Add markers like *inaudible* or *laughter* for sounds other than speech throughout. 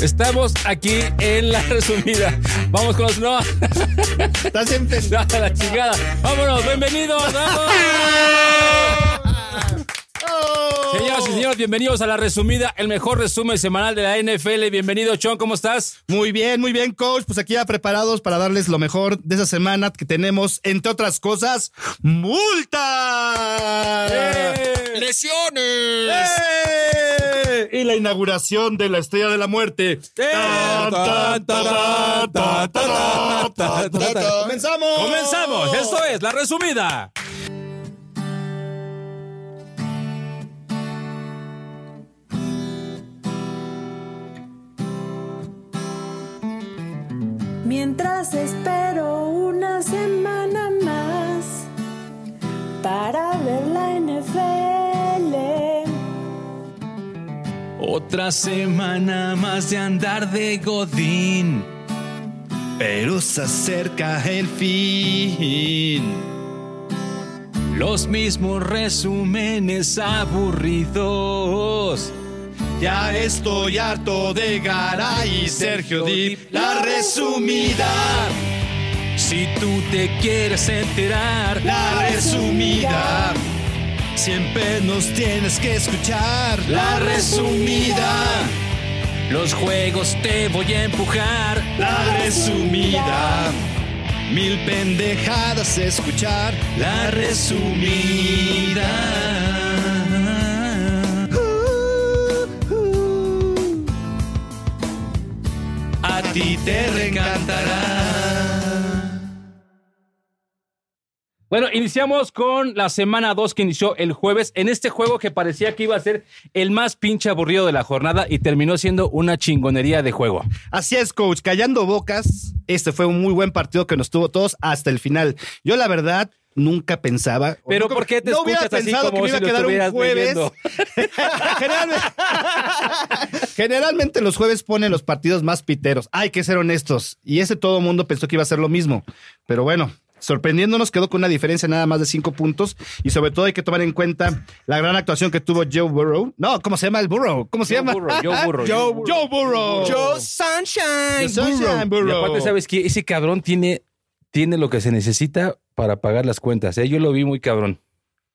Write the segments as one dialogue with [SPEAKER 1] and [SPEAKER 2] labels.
[SPEAKER 1] Estamos aquí en la resumida. Vamos con los no. *laughs*
[SPEAKER 2] Estás empezando.
[SPEAKER 1] A la chingada. Vámonos, bienvenidos. ¡Vamos! Señoras y señores, bienvenidos a la resumida, el mejor resumen semanal de la NFL. Bienvenido, Chon, ¿cómo estás?
[SPEAKER 2] Muy bien, muy bien, coach. Pues aquí ya preparados para darles lo mejor de esa semana que tenemos, entre otras cosas, multa.
[SPEAKER 3] ¡Eh!
[SPEAKER 4] ¡Lesiones!
[SPEAKER 2] ¡Eh! Y la inauguración de la Estrella de la
[SPEAKER 3] ¡Eh!
[SPEAKER 2] Muerte. Tan, tan, tarán, tan, tarán, tan, tarán. ¡Comenzamos!
[SPEAKER 1] Comenzamos, esto es la resumida.
[SPEAKER 5] Mientras espero una semana más para ver la NFL.
[SPEAKER 3] Otra semana más de andar de Godín, pero se acerca el fin. Los mismos resúmenes aburridos. Ya estoy harto de Garay y Sergio Dip, la resumida,
[SPEAKER 1] Si tú te quieres enterar,
[SPEAKER 3] la resumida. Siempre nos tienes que escuchar, la resumida.
[SPEAKER 1] los juegos te voy a empujar.
[SPEAKER 3] La resumida. Mil pendejadas escuchar. La resumida. A ti te reencantará.
[SPEAKER 1] Bueno, iniciamos con la semana 2 que inició el jueves en este juego que parecía que iba a ser el más pinche aburrido de la jornada y terminó siendo una chingonería de juego.
[SPEAKER 2] Así es, coach. Callando bocas, este fue un muy buen partido que nos tuvo todos hasta el final. Yo, la verdad, nunca pensaba. o
[SPEAKER 1] Pero
[SPEAKER 2] nunca-
[SPEAKER 1] ¿por qué te
[SPEAKER 2] no hubiera
[SPEAKER 1] escuchas así
[SPEAKER 2] pensado
[SPEAKER 1] como
[SPEAKER 2] que me iba
[SPEAKER 1] si
[SPEAKER 2] a
[SPEAKER 1] lo
[SPEAKER 2] quedar un
[SPEAKER 1] estuvieras
[SPEAKER 2] jueves?
[SPEAKER 1] leyendo?
[SPEAKER 2] *laughs* Generalmente, generalmente los jueves ponen los partidos más piteros. Hay que ser honestos. Y ese todo mundo pensó que iba a ser lo mismo. Pero bueno. Sorprendiéndonos quedó con una diferencia nada más de cinco puntos y sobre todo hay que tomar en cuenta la gran actuación que tuvo Joe Burrow. No, ¿cómo se llama el Burrow? ¿Cómo se
[SPEAKER 1] Joe
[SPEAKER 2] llama?
[SPEAKER 1] Burrow, Joe Burrow,
[SPEAKER 3] *laughs*
[SPEAKER 1] Joe
[SPEAKER 2] Joe
[SPEAKER 1] Burrow.
[SPEAKER 2] Burrow. Joe Burrow.
[SPEAKER 4] Yo, Sunshine.
[SPEAKER 2] Sunshine
[SPEAKER 1] Y
[SPEAKER 2] Burrow.
[SPEAKER 1] aparte, ¿sabes qué? Ese cabrón tiene, tiene lo que se necesita para pagar las cuentas. ¿eh? Yo lo vi muy cabrón.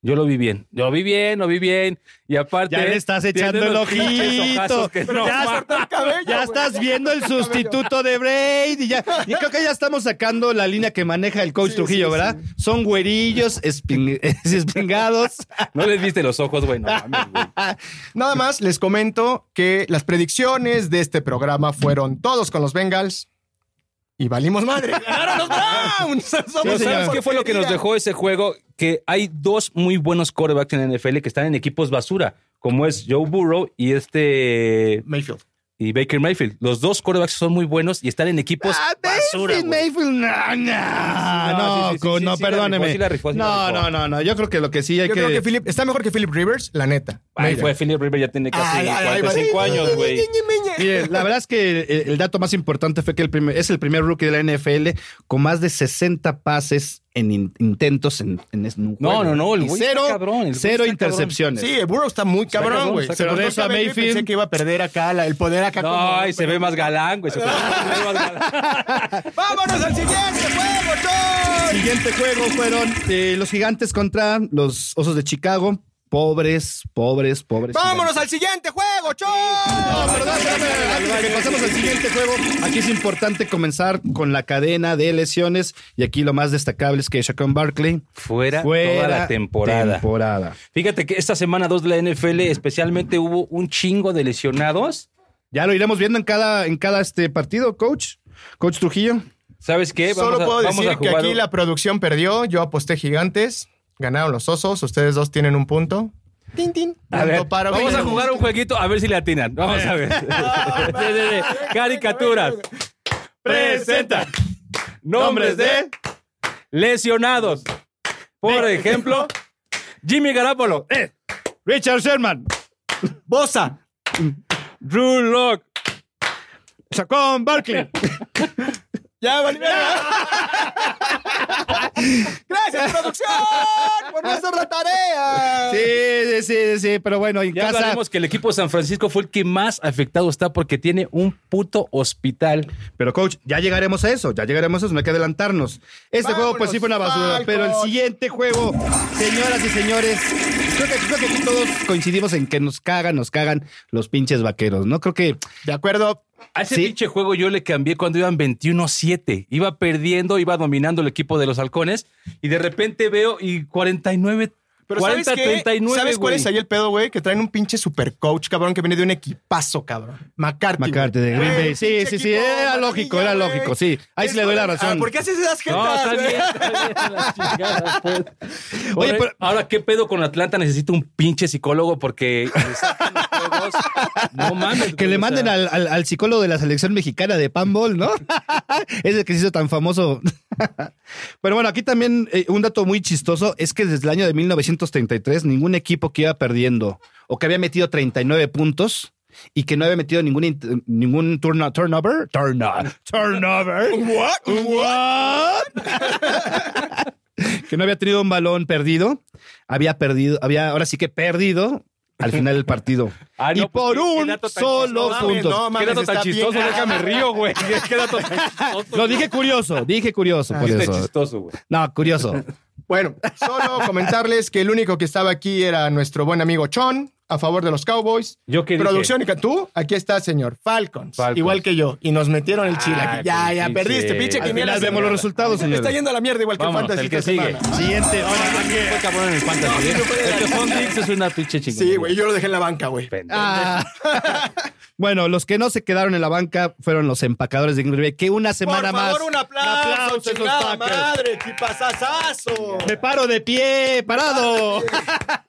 [SPEAKER 1] Yo lo vi bien. Lo vi bien, lo vi bien. Y aparte.
[SPEAKER 2] Ya le estás
[SPEAKER 1] tiene
[SPEAKER 2] echando el
[SPEAKER 1] los pinches
[SPEAKER 2] ojito.
[SPEAKER 1] ojazos que no
[SPEAKER 2] ya,
[SPEAKER 1] mames.
[SPEAKER 2] ya estás
[SPEAKER 1] *laughs*
[SPEAKER 2] viendo el sustituto de Brady. Ya, y creo que ya estamos sacando la línea que maneja el coach Trujillo, ¿verdad? Son güerillos, esping- *laughs* espingados.
[SPEAKER 1] No les viste los ojos, güey. No mames, güey.
[SPEAKER 4] Nada más les comento que las predicciones de este programa fueron todos con los Bengals y valimos madre. ¡Ganaron los Browns! Somos
[SPEAKER 1] Pero
[SPEAKER 4] una
[SPEAKER 1] ¿sabes qué fue lo que nos
[SPEAKER 4] porquería.
[SPEAKER 1] dejó ese juego? Que hay dos muy buenos quarterbacks en la NFL que están en equipos basura, como es Joe Burrow y este
[SPEAKER 4] Mayfield.
[SPEAKER 1] y Baker Mayfield. Los dos quarterbacks son muy buenos y están en equipos
[SPEAKER 2] Ah,
[SPEAKER 1] basura.
[SPEAKER 2] Baker
[SPEAKER 1] güey.
[SPEAKER 2] Mayfield, no, no,
[SPEAKER 1] No,
[SPEAKER 2] no,
[SPEAKER 1] sí, sí,
[SPEAKER 2] co-
[SPEAKER 1] sí, sí,
[SPEAKER 2] no,
[SPEAKER 1] sí, la rifó,
[SPEAKER 2] perdóneme.
[SPEAKER 1] sí, la rifó, sí, la
[SPEAKER 2] No,
[SPEAKER 1] rifó.
[SPEAKER 2] no, no, no. Yo creo que lo que sí hay
[SPEAKER 4] Yo creo
[SPEAKER 2] que. *laughs*
[SPEAKER 4] que Philip, está mejor que Philip Rivers, la neta.
[SPEAKER 1] Ay,
[SPEAKER 4] Mayfield.
[SPEAKER 1] güey, Philip River ya tiene casi
[SPEAKER 4] Ay, ay, ay,
[SPEAKER 1] 45
[SPEAKER 4] ay,
[SPEAKER 1] años,
[SPEAKER 4] ay,
[SPEAKER 1] güey.
[SPEAKER 4] ay, ay, ay, ay.
[SPEAKER 2] Miren, la verdad es que el, el dato más importante fue que el primer, es el primer rookie de la NFL con más de 60 pases en in- intentos en, en es- en un
[SPEAKER 1] No,
[SPEAKER 2] juego.
[SPEAKER 1] no, no, el
[SPEAKER 2] Y
[SPEAKER 1] güey
[SPEAKER 2] cero,
[SPEAKER 1] está cabrón, el güey
[SPEAKER 2] cero
[SPEAKER 1] está cabrón.
[SPEAKER 2] intercepciones.
[SPEAKER 4] Sí, el Burrow está muy cabrón,
[SPEAKER 1] cabrón,
[SPEAKER 4] güey.
[SPEAKER 1] está
[SPEAKER 4] Se
[SPEAKER 2] cabrón.
[SPEAKER 4] cortó
[SPEAKER 2] Pero eso a
[SPEAKER 4] el cabello y
[SPEAKER 2] Mayfield-
[SPEAKER 4] Pensé que iba a perder acá la- el poder acá. como-
[SPEAKER 1] No, y se ve más galán, güey. Se se ve más galán.
[SPEAKER 4] *laughs* ¡Vámonos al siguiente juego, John!
[SPEAKER 2] Siguiente juego fueron eh, los gigantes contra los osos de Chicago. Pobres, pobres, pobres.
[SPEAKER 4] ¡Vámonos al siguiente juego, Chon!
[SPEAKER 2] No, perdón, espérame, antes de que pasemos al siguiente juego, aquí es importante comenzar con la cadena de lesiones y aquí lo más destacable es que Shaquem Barkley
[SPEAKER 1] Fuera, toda la temporada.
[SPEAKER 2] temporada.
[SPEAKER 1] Fíjate que esta semana 2 de la NFL especialmente hubo un chingo de lesionados.
[SPEAKER 2] Ya lo iremos viendo en cada, en cada este partido, coach. Coach Trujillo.
[SPEAKER 1] ¿Sabes qué?
[SPEAKER 4] Solo
[SPEAKER 1] a-
[SPEAKER 4] puedo decir que
[SPEAKER 1] jugar-
[SPEAKER 4] aquí la producción perdió. Yo aposté gigantes. Ganaron los osos. Ustedes dos tienen un punto. Tin, tin.
[SPEAKER 1] A ver,
[SPEAKER 4] Punto para
[SPEAKER 1] vamos a
[SPEAKER 4] Bengals.
[SPEAKER 1] jugar un jueguito a ver si le atinan. Vamos a
[SPEAKER 4] *laughs*
[SPEAKER 1] ver. Sí, sí, sí. Caricaturas. Presenta nombres de lesionados. Por ejemplo, Jimmy Garapolo,
[SPEAKER 2] Eh, Richard Sherman.
[SPEAKER 4] Bosa.
[SPEAKER 1] Drew Locke,
[SPEAKER 2] *laughs* Shaquem Barkley.
[SPEAKER 4] Ya, vale, verga. Gracias, producción, por no hacer la tarea.
[SPEAKER 2] Sí, sí, sí, sí, pero bueno, en
[SPEAKER 1] Ya
[SPEAKER 2] casa.
[SPEAKER 1] hablaremos que el equipo de San Francisco fue el que más afectado está porque tiene un puto hospital.
[SPEAKER 2] Pero coach, ya llegaremos a eso, ya llegaremos a eso, no hay que adelantarnos. Este juego pues sí fue una basura,
[SPEAKER 4] Falcons.
[SPEAKER 2] pero el siguiente juego, señoras y señores, creo que, creo que aquí todos coincidimos en que nos cagan, nos cagan los pinches vaqueros, ¿no? Creo que
[SPEAKER 4] De acuerdo.
[SPEAKER 1] A ese
[SPEAKER 2] Sí.
[SPEAKER 1] pinche juego yo le cambié cuando iban 21-7. Iba perdiendo, iba dominando el equipo de los halcones y de repente veo y 49
[SPEAKER 4] Pero ¿sabes qué?
[SPEAKER 1] 40-39,
[SPEAKER 4] ¿Sabes cuál
[SPEAKER 1] güey.
[SPEAKER 4] es ahí el pedo, güey? Que traen un pinche super coach, cabrón, que viene de un equipazo, cabrón. McCarthy. güey.
[SPEAKER 2] McCarthy de Green
[SPEAKER 4] Güey,
[SPEAKER 2] Bay. Sí,
[SPEAKER 4] pinche
[SPEAKER 2] sí, sí,
[SPEAKER 4] equipo,
[SPEAKER 2] era
[SPEAKER 4] maravilla,
[SPEAKER 2] lógico, era
[SPEAKER 4] güey.
[SPEAKER 2] lógico, sí. Ahí sí le doy la razón.
[SPEAKER 4] Ah, ¿Por qué haces esas
[SPEAKER 1] No,
[SPEAKER 4] jetas,
[SPEAKER 1] está
[SPEAKER 4] güey?
[SPEAKER 1] bien, está bien, a la chingada, pues.
[SPEAKER 2] Oye,
[SPEAKER 1] Ahora-
[SPEAKER 2] pero-
[SPEAKER 1] ahora, ¿qué pedo con Atlanta? Necesito un pinche psicólogo porque desatan los juegos. no mames.
[SPEAKER 2] Que
[SPEAKER 1] güey,
[SPEAKER 2] le
[SPEAKER 1] o
[SPEAKER 2] manden
[SPEAKER 1] sea,
[SPEAKER 2] al, al- al psicólogo de la selección mexicana de Panball, ¿no? *laughs* es el que se hizo tan famoso. *laughs* Pero bueno, aquí también eh, un dato muy chistoso es que desde el año de 1933 ningún equipo que iba perdiendo o que había metido 39 puntos y que no había metido ningún, int- ningún turno- turnover, turno-
[SPEAKER 1] *laughs*
[SPEAKER 2] turnover,
[SPEAKER 4] What?
[SPEAKER 2] *laughs* que no había tenido un balón perdido, había perdido, había ahora sí que perdido al final del partido.
[SPEAKER 1] *laughs* Ah,
[SPEAKER 2] y
[SPEAKER 1] no, pues,
[SPEAKER 2] por
[SPEAKER 1] qué- qué
[SPEAKER 2] un
[SPEAKER 1] dato tan
[SPEAKER 2] solo
[SPEAKER 1] chistoso.
[SPEAKER 2] punto.
[SPEAKER 4] No mames,
[SPEAKER 1] Qué dato tan
[SPEAKER 4] está bien.
[SPEAKER 1] chistoso, déjame río, güey. Qué dato *laughs* tan chistoso.
[SPEAKER 2] Lo dije curioso, dije curioso por
[SPEAKER 1] Dijiste
[SPEAKER 2] eso.
[SPEAKER 1] chistoso, güey.
[SPEAKER 2] No, curioso.
[SPEAKER 4] Bueno, solo comentarles que el único que estaba aquí era nuestro buen amigo Chon, a favor de los Cowboys.
[SPEAKER 1] ¿Yo qué dije?
[SPEAKER 4] Producción y tú, aquí está, señor. Falcons,
[SPEAKER 1] Falcons.
[SPEAKER 4] Igual que yo. Y nos metieron el chile aquí.
[SPEAKER 1] Ah,
[SPEAKER 4] Ya, ya,
[SPEAKER 1] pinche-
[SPEAKER 4] perdiste, pinche
[SPEAKER 1] Al
[SPEAKER 4] quiniela.
[SPEAKER 2] final vemos los resultados,
[SPEAKER 4] Me está
[SPEAKER 2] señores.
[SPEAKER 4] yendo a la mierda igual que
[SPEAKER 1] Vámonos,
[SPEAKER 4] Fantasy.
[SPEAKER 1] el que
[SPEAKER 4] esta
[SPEAKER 1] sigue.
[SPEAKER 4] semana.
[SPEAKER 2] Siguiente.
[SPEAKER 1] Fue cabrón en el fantasy. ¿eh? El que son Dix es una pinche chingada.
[SPEAKER 4] Sí, güey, yo lo dejé en la banca, güey.
[SPEAKER 2] Ah. *laughs* bueno, los que no se quedaron en la banca fueron los empacadores de Green Bay, que una
[SPEAKER 4] Por
[SPEAKER 2] semana más.
[SPEAKER 4] favor, un aplauso,
[SPEAKER 2] esos
[SPEAKER 4] chingada
[SPEAKER 2] Packers.
[SPEAKER 4] madre, tipazazazo.
[SPEAKER 2] Me paro de pie, parado.
[SPEAKER 4] Ah,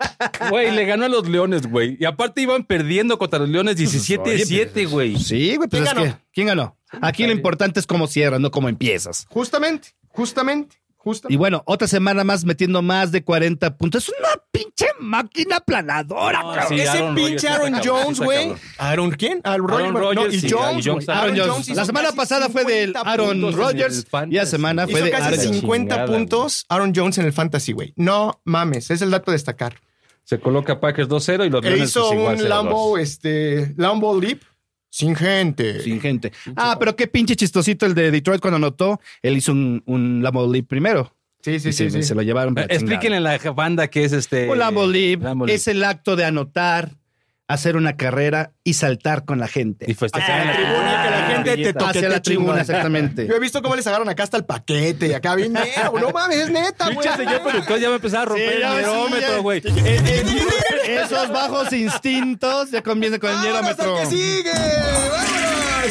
[SPEAKER 1] Güey, le ganó a los Leones, güey. Y aparte iban perdiendo contra los Leones 17-7, güey.
[SPEAKER 2] Sí, güey, pues
[SPEAKER 4] ¿Quién
[SPEAKER 2] es
[SPEAKER 4] ganó?
[SPEAKER 2] que. ¿Quién ganó? Aquí lo importante es cómo cierras, no cómo empiezas.
[SPEAKER 4] Justamente, justamente,
[SPEAKER 2] Y
[SPEAKER 4] justamente.
[SPEAKER 2] bueno, otra semana más metiendo más de 40 puntos. Es una pinche máquina aplanadora,
[SPEAKER 1] No,
[SPEAKER 2] cabrón.
[SPEAKER 1] sí,
[SPEAKER 4] Ese
[SPEAKER 1] Aaron Rodgers
[SPEAKER 4] pinche
[SPEAKER 1] está
[SPEAKER 4] Aaron
[SPEAKER 1] cabrón,
[SPEAKER 4] Jones,
[SPEAKER 1] está
[SPEAKER 4] güey.
[SPEAKER 1] cabrón.
[SPEAKER 4] ¿Aaron quién? Aaron Rodgers.
[SPEAKER 1] Aaron
[SPEAKER 4] bueno,
[SPEAKER 1] Rodgers
[SPEAKER 4] no,
[SPEAKER 1] y-
[SPEAKER 4] y Jones.
[SPEAKER 1] y Jones,
[SPEAKER 4] güey.
[SPEAKER 2] Aaron Jones.
[SPEAKER 4] hizo
[SPEAKER 2] La semana
[SPEAKER 4] casi
[SPEAKER 2] pasada fue de
[SPEAKER 4] 50
[SPEAKER 2] Aaron
[SPEAKER 4] puntos en el
[SPEAKER 2] Rodgers y la
[SPEAKER 1] fantasy.
[SPEAKER 2] semana fue
[SPEAKER 4] Hizo
[SPEAKER 2] de
[SPEAKER 4] casi
[SPEAKER 2] Aaron Jones.
[SPEAKER 4] 50
[SPEAKER 1] Chingada,
[SPEAKER 4] puntos Aaron Jones en el fantasy, güey. No mames, es el dato a destacar.
[SPEAKER 1] Se coloca Packers 2-0 y los
[SPEAKER 4] E
[SPEAKER 1] Leones
[SPEAKER 4] hizo
[SPEAKER 1] pues, igual
[SPEAKER 4] un
[SPEAKER 1] 0-2.
[SPEAKER 4] Lambo, este, Lambo Leap sin gente.
[SPEAKER 2] Sin gente. Ah, pero qué pinche chistosito el de Detroit cuando anotó. Él hizo un, un Lambo Leap primero.
[SPEAKER 4] Sí, sí,
[SPEAKER 2] Y
[SPEAKER 4] sí.
[SPEAKER 2] se,
[SPEAKER 4] sí.
[SPEAKER 2] se lo llevaron para la
[SPEAKER 1] Explíquenle a la banda que es este.
[SPEAKER 4] eh,
[SPEAKER 2] chingada. Un Lambo Leap
[SPEAKER 1] Lambo Leap.
[SPEAKER 2] es el acto de anotar, hacer una carrera y saltar con la
[SPEAKER 1] Y
[SPEAKER 2] gente.
[SPEAKER 1] festejar en la
[SPEAKER 4] Ah, tribuna, que la gente te toque.
[SPEAKER 2] Hacia la
[SPEAKER 4] toquete
[SPEAKER 2] tribuna,
[SPEAKER 4] chingón. *laughs* Yo he
[SPEAKER 2] exactamente.
[SPEAKER 4] visto cómo les agarran acá hasta el paquete y acá bien negro. No mames, es neta, güey.
[SPEAKER 1] Pinche señor productor ya me empezaba a romper
[SPEAKER 2] Sí, ya,
[SPEAKER 1] el
[SPEAKER 2] sí, ya.
[SPEAKER 1] hierómetro, güey.
[SPEAKER 2] Esos bajos instintos ya comienzan con el
[SPEAKER 4] ¡Vámonos al
[SPEAKER 2] hierómetro.
[SPEAKER 4] Ah, que sigue! ¡Vámonos!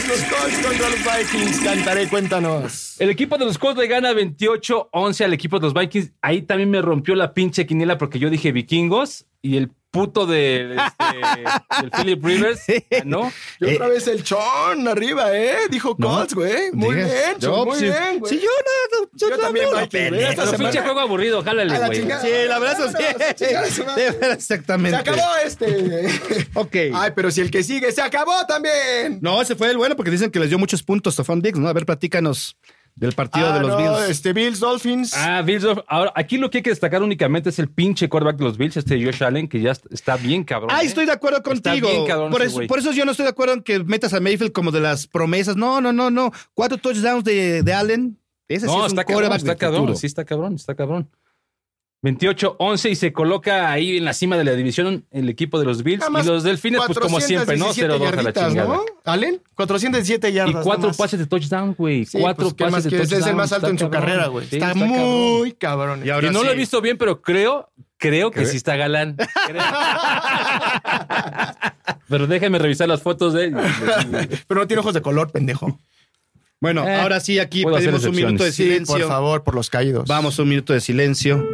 [SPEAKER 4] Los Colts contra los Vikings. Cantaré, cuéntanos.
[SPEAKER 1] El equipo de los Colts le gana 28-11 al equipo de los Vikings. Ahí también me rompió la pinche quiniela porque yo dije vikingos y el puto de,
[SPEAKER 4] *laughs*
[SPEAKER 1] este, del Philip Rivers ganó.
[SPEAKER 4] Y otra
[SPEAKER 2] Eh,
[SPEAKER 4] vez el chon arriba, ¿eh? Dijo
[SPEAKER 2] No,
[SPEAKER 4] Colts, güey. Muy
[SPEAKER 2] diga,
[SPEAKER 4] bien, chon,
[SPEAKER 2] yo, pues,
[SPEAKER 4] muy
[SPEAKER 2] sí,
[SPEAKER 4] bien, güey.
[SPEAKER 2] sí, yo no, no, yo,
[SPEAKER 4] Yo también,
[SPEAKER 2] no, no,
[SPEAKER 4] Mikey,
[SPEAKER 2] pendejo.
[SPEAKER 4] ¿verdad? Esta
[SPEAKER 1] Pero
[SPEAKER 4] semana-
[SPEAKER 1] pinche juego aburrido,
[SPEAKER 4] A
[SPEAKER 1] jálale,
[SPEAKER 4] la
[SPEAKER 1] güey.
[SPEAKER 4] chingada.
[SPEAKER 2] Sí, la verdad eso sí.
[SPEAKER 4] Vámonos, chingar a su
[SPEAKER 2] *laughs*
[SPEAKER 4] madre.
[SPEAKER 2] De verdad,
[SPEAKER 4] Se
[SPEAKER 2] Exactamente.
[SPEAKER 4] acabó este.
[SPEAKER 2] Ok.
[SPEAKER 4] Ay, pero si el que sigue se acabó también.
[SPEAKER 2] No, ese fue el bueno porque dicen que les dio muchos puntos Stefan Diggs, ¿no? A ver, platícanos del partido de los
[SPEAKER 4] no,
[SPEAKER 2] Bills.
[SPEAKER 4] Este Bills Dolphins.
[SPEAKER 1] Ah, Bills. of- Ahora, aquí lo que hay que destacar únicamente es el pinche quarterback de los Bills, este Josh Allen, que ya est- está bien cabrón.
[SPEAKER 4] Ah,
[SPEAKER 2] Ahí
[SPEAKER 1] ¿eh?
[SPEAKER 2] Ah, estoy de acuerdo
[SPEAKER 1] Está
[SPEAKER 2] contigo.
[SPEAKER 1] bien cabrón
[SPEAKER 2] por,
[SPEAKER 1] ese
[SPEAKER 2] eso,
[SPEAKER 1] güey.
[SPEAKER 2] por eso yo no estoy de acuerdo en que metas a Mayfield como de las promesas. No, no, no, no. Cuatro touchdowns de, de Allen. Ese sí
[SPEAKER 1] No,
[SPEAKER 2] es un
[SPEAKER 1] está cabrón,
[SPEAKER 2] quarterback
[SPEAKER 1] está
[SPEAKER 2] del
[SPEAKER 1] cabrón.
[SPEAKER 2] futuro.
[SPEAKER 1] Sí, está cabrón, está cabrón. 28-11 y se coloca ahí en la cima de la división el equipo de los Bills
[SPEAKER 4] Nada más
[SPEAKER 1] y los Delfines, pues como siempre, ¿no?
[SPEAKER 4] 417
[SPEAKER 1] 0-2 a la
[SPEAKER 4] yarditas,
[SPEAKER 1] chingada.
[SPEAKER 4] ¿no? Allen, 407
[SPEAKER 1] Y
[SPEAKER 4] yardas.
[SPEAKER 1] cuatro
[SPEAKER 4] nomás.
[SPEAKER 1] pases de touchdown, güey.
[SPEAKER 4] Sí,
[SPEAKER 1] cuatro
[SPEAKER 4] pues, ¿qué más
[SPEAKER 1] pases de
[SPEAKER 4] quieres?
[SPEAKER 1] touchdown.
[SPEAKER 4] Es el más alto
[SPEAKER 1] Está
[SPEAKER 4] en su
[SPEAKER 1] cabrón.
[SPEAKER 4] carrón, carrera, güey.
[SPEAKER 1] Sí,
[SPEAKER 4] está,
[SPEAKER 1] cabrón.
[SPEAKER 4] muy cabrón.
[SPEAKER 2] Y ahora
[SPEAKER 1] Y no
[SPEAKER 2] sí.
[SPEAKER 1] lo he visto bien, pero creo, creo que sí está *laughs* galán. Creo. pero déjenme revisar las fotos de él.
[SPEAKER 4] Pero no tiene ojos de color, pendejo.
[SPEAKER 2] Bueno,
[SPEAKER 1] Eh,
[SPEAKER 2] ahora sí, aquí
[SPEAKER 1] puedo hacer
[SPEAKER 2] pedimos un
[SPEAKER 1] excepciones.
[SPEAKER 2] minuto de
[SPEAKER 1] Sí,
[SPEAKER 4] Sí,
[SPEAKER 2] silencio.
[SPEAKER 4] por favor, por los caídos.
[SPEAKER 2] Vamos, un minuto de silencio.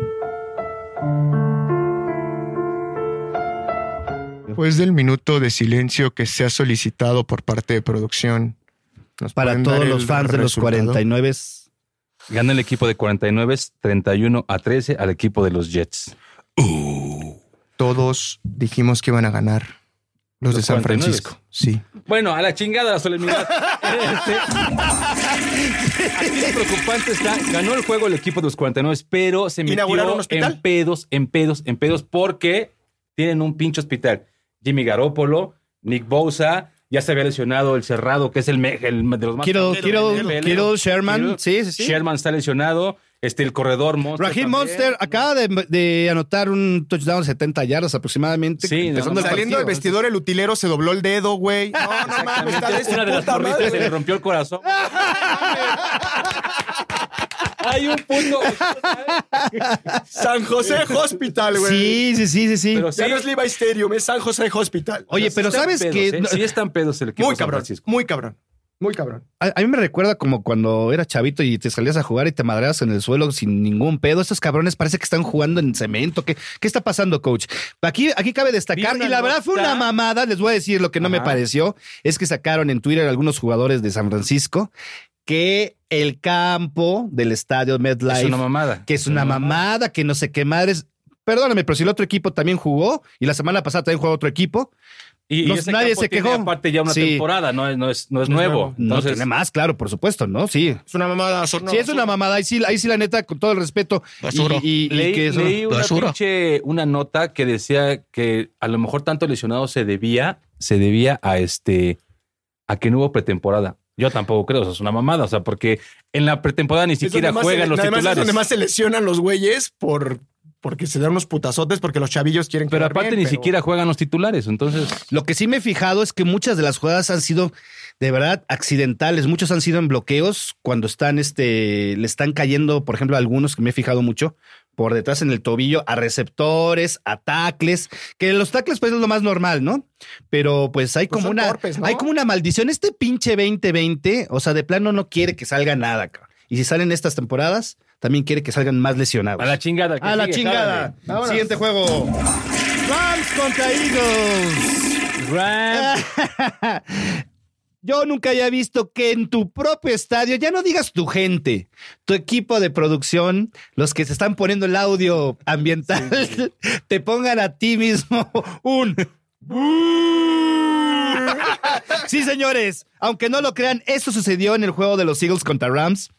[SPEAKER 4] Después del minuto de silencio que se ha solicitado por parte de producción. ¿nos
[SPEAKER 2] Para
[SPEAKER 4] pueden dar
[SPEAKER 2] todos
[SPEAKER 4] el
[SPEAKER 2] los fans de los
[SPEAKER 4] resultado?
[SPEAKER 2] 49.
[SPEAKER 1] Gana el equipo de 49, 31 a 13 al equipo de los Jets.
[SPEAKER 4] Todos dijimos que iban a ganar. Los, de
[SPEAKER 1] Los
[SPEAKER 4] San
[SPEAKER 1] 49.
[SPEAKER 4] Francisco. Sí.
[SPEAKER 1] Bueno, a la chingada la solemnidad. Este, aquí lo preocupante está, ganó el juego el equipo de los 49, pero se
[SPEAKER 4] ¿Inauguraron
[SPEAKER 1] metió
[SPEAKER 4] un hospital?
[SPEAKER 1] en pedos, en pedos, en pedos, porque tienen un pinche hospital. Jimmy Garoppolo, Nick Bosa, ya se había lesionado el cerrado, que es el, me- el de los más...
[SPEAKER 2] Quiero,
[SPEAKER 1] Kittle,
[SPEAKER 2] quiero,
[SPEAKER 1] Kittle,
[SPEAKER 2] quiero Sherman.
[SPEAKER 1] Kittle.
[SPEAKER 2] Sí, sí, sí.
[SPEAKER 1] Sherman está lesionado, este, el corredor Monster.
[SPEAKER 2] Raheem
[SPEAKER 1] también.
[SPEAKER 2] Monster ah, acaba de, de anotar un touchdown de 70 yardas aproximadamente.
[SPEAKER 1] Sí,
[SPEAKER 2] empezando
[SPEAKER 1] no,
[SPEAKER 2] el
[SPEAKER 4] Saliendo
[SPEAKER 2] partido.
[SPEAKER 4] del vestidor, el utilero se dobló el dedo, güey. No, no mames, está de su
[SPEAKER 1] Una de las
[SPEAKER 4] puta
[SPEAKER 1] porristas
[SPEAKER 4] madre,
[SPEAKER 1] se le
[SPEAKER 4] güey.
[SPEAKER 1] rompió el corazón. Hay un punto.
[SPEAKER 4] San José Hospital, güey.
[SPEAKER 2] Sí, sí, sí, sí, sí.
[SPEAKER 1] Pero sí.
[SPEAKER 4] Ya no es Levi Stadium, es San José Hospital.
[SPEAKER 2] Oye, pero
[SPEAKER 1] están
[SPEAKER 2] ¿sabes
[SPEAKER 1] pedos,
[SPEAKER 2] qué?
[SPEAKER 1] ¿eh? Sí están pedos el equipo
[SPEAKER 4] Muy
[SPEAKER 1] de San
[SPEAKER 4] cabrón,
[SPEAKER 1] Francisco.
[SPEAKER 4] muy cabrón, muy cabrón.
[SPEAKER 2] A, a mí me recuerda como cuando era chavito y te salías a jugar y te madreabas en el suelo sin ningún pedo. Estos cabrones parece que están jugando en cemento. ¿Qué, qué está pasando, coach? Aquí, aquí cabe destacar,
[SPEAKER 1] Vi una
[SPEAKER 2] y la verdad fue
[SPEAKER 1] nota.
[SPEAKER 2] una mamada, les voy a decir lo que no me
[SPEAKER 1] Ajá.
[SPEAKER 2] pareció, es que sacaron en Twitter algunos jugadores de San Francisco que el campo del estadio MedLife,
[SPEAKER 1] Es una mamada.
[SPEAKER 2] que es una mamada, que no sé qué madres. Perdóname, pero si el otro equipo también jugó y la semana pasada también jugó otro equipo,
[SPEAKER 1] Y, y
[SPEAKER 2] Los-
[SPEAKER 1] ese
[SPEAKER 2] nadie
[SPEAKER 1] campo
[SPEAKER 2] se
[SPEAKER 1] tiene
[SPEAKER 2] quejó.
[SPEAKER 1] Aparte ya una
[SPEAKER 2] Sí.
[SPEAKER 1] temporada, no es, no es, no es
[SPEAKER 4] No es
[SPEAKER 1] nuevo.
[SPEAKER 4] nuevo.
[SPEAKER 1] Entonces,
[SPEAKER 2] no tiene más, claro, por supuesto, ¿no? Sí,
[SPEAKER 4] Es una mamada, Sorno.
[SPEAKER 2] sí, es una mamada. Ahí sí, ahí sí, la neta, con todo el respeto.
[SPEAKER 3] Basura.
[SPEAKER 2] Y, y- y
[SPEAKER 1] leí,
[SPEAKER 2] que eso-
[SPEAKER 1] leí una,
[SPEAKER 3] Basura.
[SPEAKER 1] pinche- una nota que decía que a lo mejor tanto lesionado se debía, se debía a este a que no hubo pretemporada. Yo tampoco creo, eso es una mamada, o sea, porque en la pretemporada ni
[SPEAKER 4] Es donde
[SPEAKER 1] siquiera
[SPEAKER 4] más
[SPEAKER 1] juegan
[SPEAKER 4] se-
[SPEAKER 1] los
[SPEAKER 4] además
[SPEAKER 1] titulares.
[SPEAKER 4] Es donde más se lesionan los güeyes por, porque se dan unos putazotes porque los chavillos quieren
[SPEAKER 1] Pero
[SPEAKER 4] quedar
[SPEAKER 1] aparte
[SPEAKER 4] bien,
[SPEAKER 1] ni
[SPEAKER 4] pero-
[SPEAKER 1] siquiera juegan los titulares, entonces
[SPEAKER 2] Lo que sí me he fijado es que muchas de las jugadas han sido de verdad accidentales. Muchos han sido en bloqueos cuando están, este, le están cayendo, por ejemplo, a algunos que me he fijado mucho por detrás en el tobillo a receptores, a tacles, que los tacles pues es lo más normal, ¿no? Pero pues hay
[SPEAKER 4] Pues
[SPEAKER 2] como
[SPEAKER 4] son
[SPEAKER 2] una,
[SPEAKER 4] torpes, ¿no?
[SPEAKER 2] hay como una maldición. Este pinche 2020, o sea, de plano no quiere que salga nada. cabrón. Y si salen estas temporadas, también quiere que salgan más lesionados.
[SPEAKER 1] a la chingada. que
[SPEAKER 2] A la
[SPEAKER 1] sigue,
[SPEAKER 2] chingada.
[SPEAKER 1] jálale.
[SPEAKER 4] Vámonos.
[SPEAKER 2] Siguiente juego. Rams contra Eagles.
[SPEAKER 1] Rams.
[SPEAKER 2] Yo nunca había visto que en tu propio estadio, ya no digas tu gente, tu equipo de producción, los que se están poniendo el audio ambiental, *laughs* te pongan a ti mismo un... *laughs* sí, señores, aunque no lo crean, eso sucedió en el juego de los Eagles contra Rams.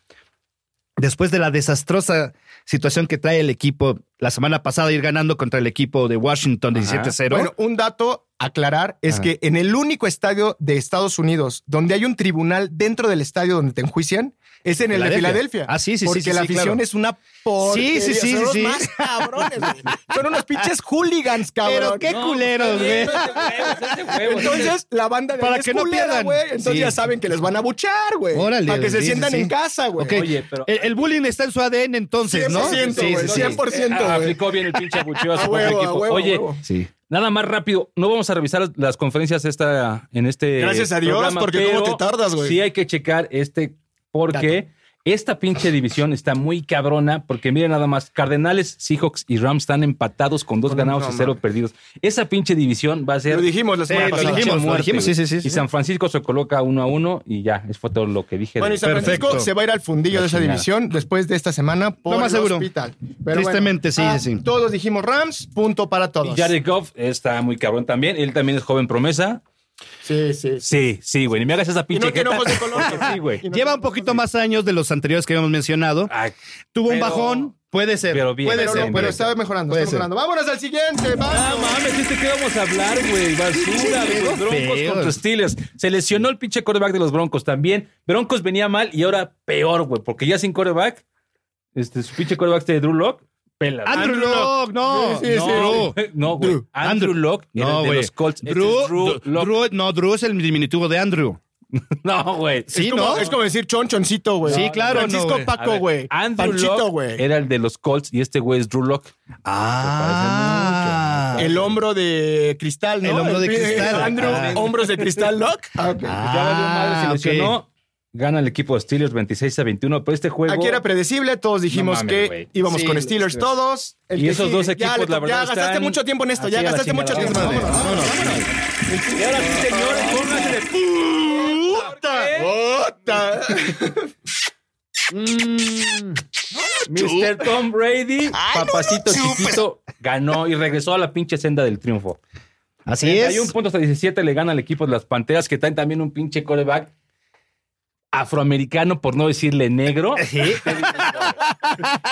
[SPEAKER 2] Después de la desastrosa situación que trae el equipo la semana pasada, ir ganando contra el equipo de Washington 17-0.
[SPEAKER 4] Bueno, un dato a aclarar es
[SPEAKER 2] Ajá.
[SPEAKER 4] que en el único estadio de Estados Unidos donde hay un tribunal dentro del estadio donde te enjuician es en el de
[SPEAKER 2] Filadelfia.
[SPEAKER 4] Filadelfia.
[SPEAKER 2] Ah, sí, sí, sí,
[SPEAKER 4] Porque
[SPEAKER 2] sí,
[SPEAKER 4] la
[SPEAKER 2] sí,
[SPEAKER 4] afición
[SPEAKER 2] claro.
[SPEAKER 4] es una porquería.
[SPEAKER 2] Sí, sí, sí,
[SPEAKER 4] Son los
[SPEAKER 2] sí, sí.
[SPEAKER 4] más cabrones, güey. Son unos pinches hooligans,
[SPEAKER 2] Pero
[SPEAKER 4] cabrón.
[SPEAKER 2] qué
[SPEAKER 1] No,
[SPEAKER 2] culeros,
[SPEAKER 1] pues,
[SPEAKER 2] güey.
[SPEAKER 1] Ese huevo,
[SPEAKER 2] *laughs*
[SPEAKER 4] Entonces, la banda de
[SPEAKER 2] Para
[SPEAKER 4] ahí es
[SPEAKER 2] que no
[SPEAKER 4] culera,
[SPEAKER 2] pierdan.
[SPEAKER 4] güey. Entonces
[SPEAKER 2] Sí.
[SPEAKER 4] ya saben que les van a buchar, güey.
[SPEAKER 2] Órale,
[SPEAKER 4] Para que se
[SPEAKER 2] sí, sí,
[SPEAKER 4] sientan
[SPEAKER 2] sí.
[SPEAKER 4] en casa, güey.
[SPEAKER 2] Ok.
[SPEAKER 1] Oye, pero
[SPEAKER 2] El, el bullying está en su ADN entonces, ¿no?
[SPEAKER 4] 100%,
[SPEAKER 2] sí, sí,
[SPEAKER 4] güey,
[SPEAKER 2] sí.
[SPEAKER 4] 100%.
[SPEAKER 1] Ah,
[SPEAKER 4] güey.
[SPEAKER 1] aplicó bien el pinche abucheo a su
[SPEAKER 4] A
[SPEAKER 1] propio
[SPEAKER 4] huevo, a
[SPEAKER 1] equipo.
[SPEAKER 4] huevo, a
[SPEAKER 1] Oye,
[SPEAKER 4] huevo.
[SPEAKER 2] Sí.
[SPEAKER 1] nada más rápido, no vamos a revisar las conferencias esta, en este.
[SPEAKER 4] Gracias a Dios,
[SPEAKER 1] programa,
[SPEAKER 4] porque cómo
[SPEAKER 1] pero
[SPEAKER 4] te tardas, güey.
[SPEAKER 1] Sí, hay que checar este, porque esta pinche división está muy cabrona, porque miren nada más, Cardenales, Seahawks y Rams están empatados con dos
[SPEAKER 4] Con-
[SPEAKER 1] ganados
[SPEAKER 4] no,
[SPEAKER 1] y cero
[SPEAKER 4] mames.
[SPEAKER 1] perdidos. Esa pinche división va a ser.
[SPEAKER 4] *laughs* Lo dijimos la
[SPEAKER 2] Sí,
[SPEAKER 4] semana
[SPEAKER 2] lo
[SPEAKER 4] pasada.
[SPEAKER 2] dijimos, lo
[SPEAKER 1] muerte,
[SPEAKER 2] dijimos, sí,
[SPEAKER 1] güey.
[SPEAKER 2] sí, sí, sí.
[SPEAKER 1] Y San Francisco se coloca uno a uno y ya, es fue todo lo que dije.
[SPEAKER 4] Bueno, y
[SPEAKER 1] de-
[SPEAKER 4] San Francisco
[SPEAKER 2] Perfecto.
[SPEAKER 4] se va a ir al fundillo
[SPEAKER 1] La
[SPEAKER 4] de esa
[SPEAKER 1] chingada.
[SPEAKER 4] división después de esta semana por
[SPEAKER 2] Lo más
[SPEAKER 4] el
[SPEAKER 2] seguro.
[SPEAKER 4] hospital. ah,
[SPEAKER 2] Tristemente, sí, sí, sí.
[SPEAKER 4] Todos dijimos Rams, punto para todos.
[SPEAKER 1] Y Jared Goff está muy cabrón también. Él también es joven promesa.
[SPEAKER 4] Sí, sí.
[SPEAKER 1] Sí, sí, güey. Ni me hagas esa
[SPEAKER 4] Y
[SPEAKER 1] pinche
[SPEAKER 4] no tiene
[SPEAKER 1] jeta.
[SPEAKER 4] ojos de color.
[SPEAKER 1] Porque sí, güey.
[SPEAKER 4] Y no
[SPEAKER 2] Lleva
[SPEAKER 4] tiene
[SPEAKER 2] un poquito
[SPEAKER 4] ojos
[SPEAKER 2] más años de los anteriores que habíamos mencionado.
[SPEAKER 1] Ay,
[SPEAKER 2] Tuvo
[SPEAKER 1] Ah,
[SPEAKER 2] un
[SPEAKER 1] pero-
[SPEAKER 2] bajón. Puede ser.
[SPEAKER 1] pero bien,
[SPEAKER 4] de-
[SPEAKER 2] puede
[SPEAKER 4] Pero,
[SPEAKER 2] ser.
[SPEAKER 4] no,
[SPEAKER 1] bien,
[SPEAKER 4] pero
[SPEAKER 1] bien.
[SPEAKER 4] está mejorando,
[SPEAKER 2] Puede
[SPEAKER 4] está
[SPEAKER 2] ser.
[SPEAKER 4] mejorando. Vámonos al siguiente,
[SPEAKER 1] Ah,
[SPEAKER 4] vamos.
[SPEAKER 1] mames, ¿este qué vamos a hablar, güey? Basura, güey.
[SPEAKER 2] Feo,
[SPEAKER 1] Broncos
[SPEAKER 2] feo.
[SPEAKER 1] contra Steelers. Se lesionó el pinche coreback de los Broncos también. Broncos venía mal y ahora peor, güey, porque ya sin coreback, este, su pinche coreback este de Drew Lock, pela. güey.
[SPEAKER 2] Andrew Locke, no.
[SPEAKER 4] Sí, sí, sí.
[SPEAKER 2] no.
[SPEAKER 1] No, güey.
[SPEAKER 2] Drew.
[SPEAKER 1] Andrew Locke, era
[SPEAKER 2] No,
[SPEAKER 1] el de
[SPEAKER 2] güey.
[SPEAKER 1] los Colts. Este
[SPEAKER 2] Drew,
[SPEAKER 1] es Drew
[SPEAKER 2] Drew-
[SPEAKER 1] Lock.
[SPEAKER 2] Drew- no, Drew es el diminutivo de Andrew.
[SPEAKER 1] No, güey.
[SPEAKER 2] Sí,
[SPEAKER 4] Es como-
[SPEAKER 2] ¿no?
[SPEAKER 4] Es como decir chonchoncito, güey.
[SPEAKER 2] Sí, claro, no,
[SPEAKER 4] Francisco
[SPEAKER 2] güey.
[SPEAKER 1] A
[SPEAKER 4] Paco,
[SPEAKER 1] ver,
[SPEAKER 4] güey.
[SPEAKER 1] Andrew
[SPEAKER 4] Panchito,
[SPEAKER 1] Locke
[SPEAKER 4] güey.
[SPEAKER 1] era el de los Colts y este güey es Drew Locke.
[SPEAKER 2] Ah.
[SPEAKER 4] El hombro de cristal, ¿no?
[SPEAKER 2] El hombro de cristal.
[SPEAKER 4] *laughs* Andrew,
[SPEAKER 2] Ah.
[SPEAKER 4] hombros de cristal, ¿no? Ah, ok.
[SPEAKER 1] Pues ya valió madre,
[SPEAKER 2] Ah,
[SPEAKER 1] se lesionó.
[SPEAKER 2] ok.
[SPEAKER 1] Gana el equipo de Steelers 26 a 21, pero este juego...
[SPEAKER 4] *laughs* Aquí era predecible, todos dijimos
[SPEAKER 1] No mames,
[SPEAKER 4] que
[SPEAKER 1] güey.
[SPEAKER 4] íbamos
[SPEAKER 2] Sí,
[SPEAKER 4] con
[SPEAKER 2] los
[SPEAKER 4] Steelers
[SPEAKER 2] Steelers.
[SPEAKER 4] todos. El
[SPEAKER 1] Y
[SPEAKER 4] que
[SPEAKER 1] esos dos
[SPEAKER 4] sigue, ya
[SPEAKER 1] equipos,
[SPEAKER 4] le-
[SPEAKER 1] la verdad,
[SPEAKER 4] Ya gastaste
[SPEAKER 1] están
[SPEAKER 4] mucho tiempo en esto,
[SPEAKER 1] así
[SPEAKER 4] ya
[SPEAKER 1] a la
[SPEAKER 4] gastaste mucho
[SPEAKER 1] chingada. Vámonos,
[SPEAKER 4] tiempo. Vámonos, vámonos, vámonos.
[SPEAKER 1] Y ahora sí, señores, pónganse de
[SPEAKER 4] Puta.
[SPEAKER 1] Mr. Mm. Tom Brady, papacito chiquito, ganó y regresó a la pinche senda del triunfo.
[SPEAKER 2] Así es.
[SPEAKER 1] 31 puntos a 17 le gana al equipo de las Panteras, que traen también un pinche coreback afroamericano, por no decirle negro.
[SPEAKER 4] *laughs*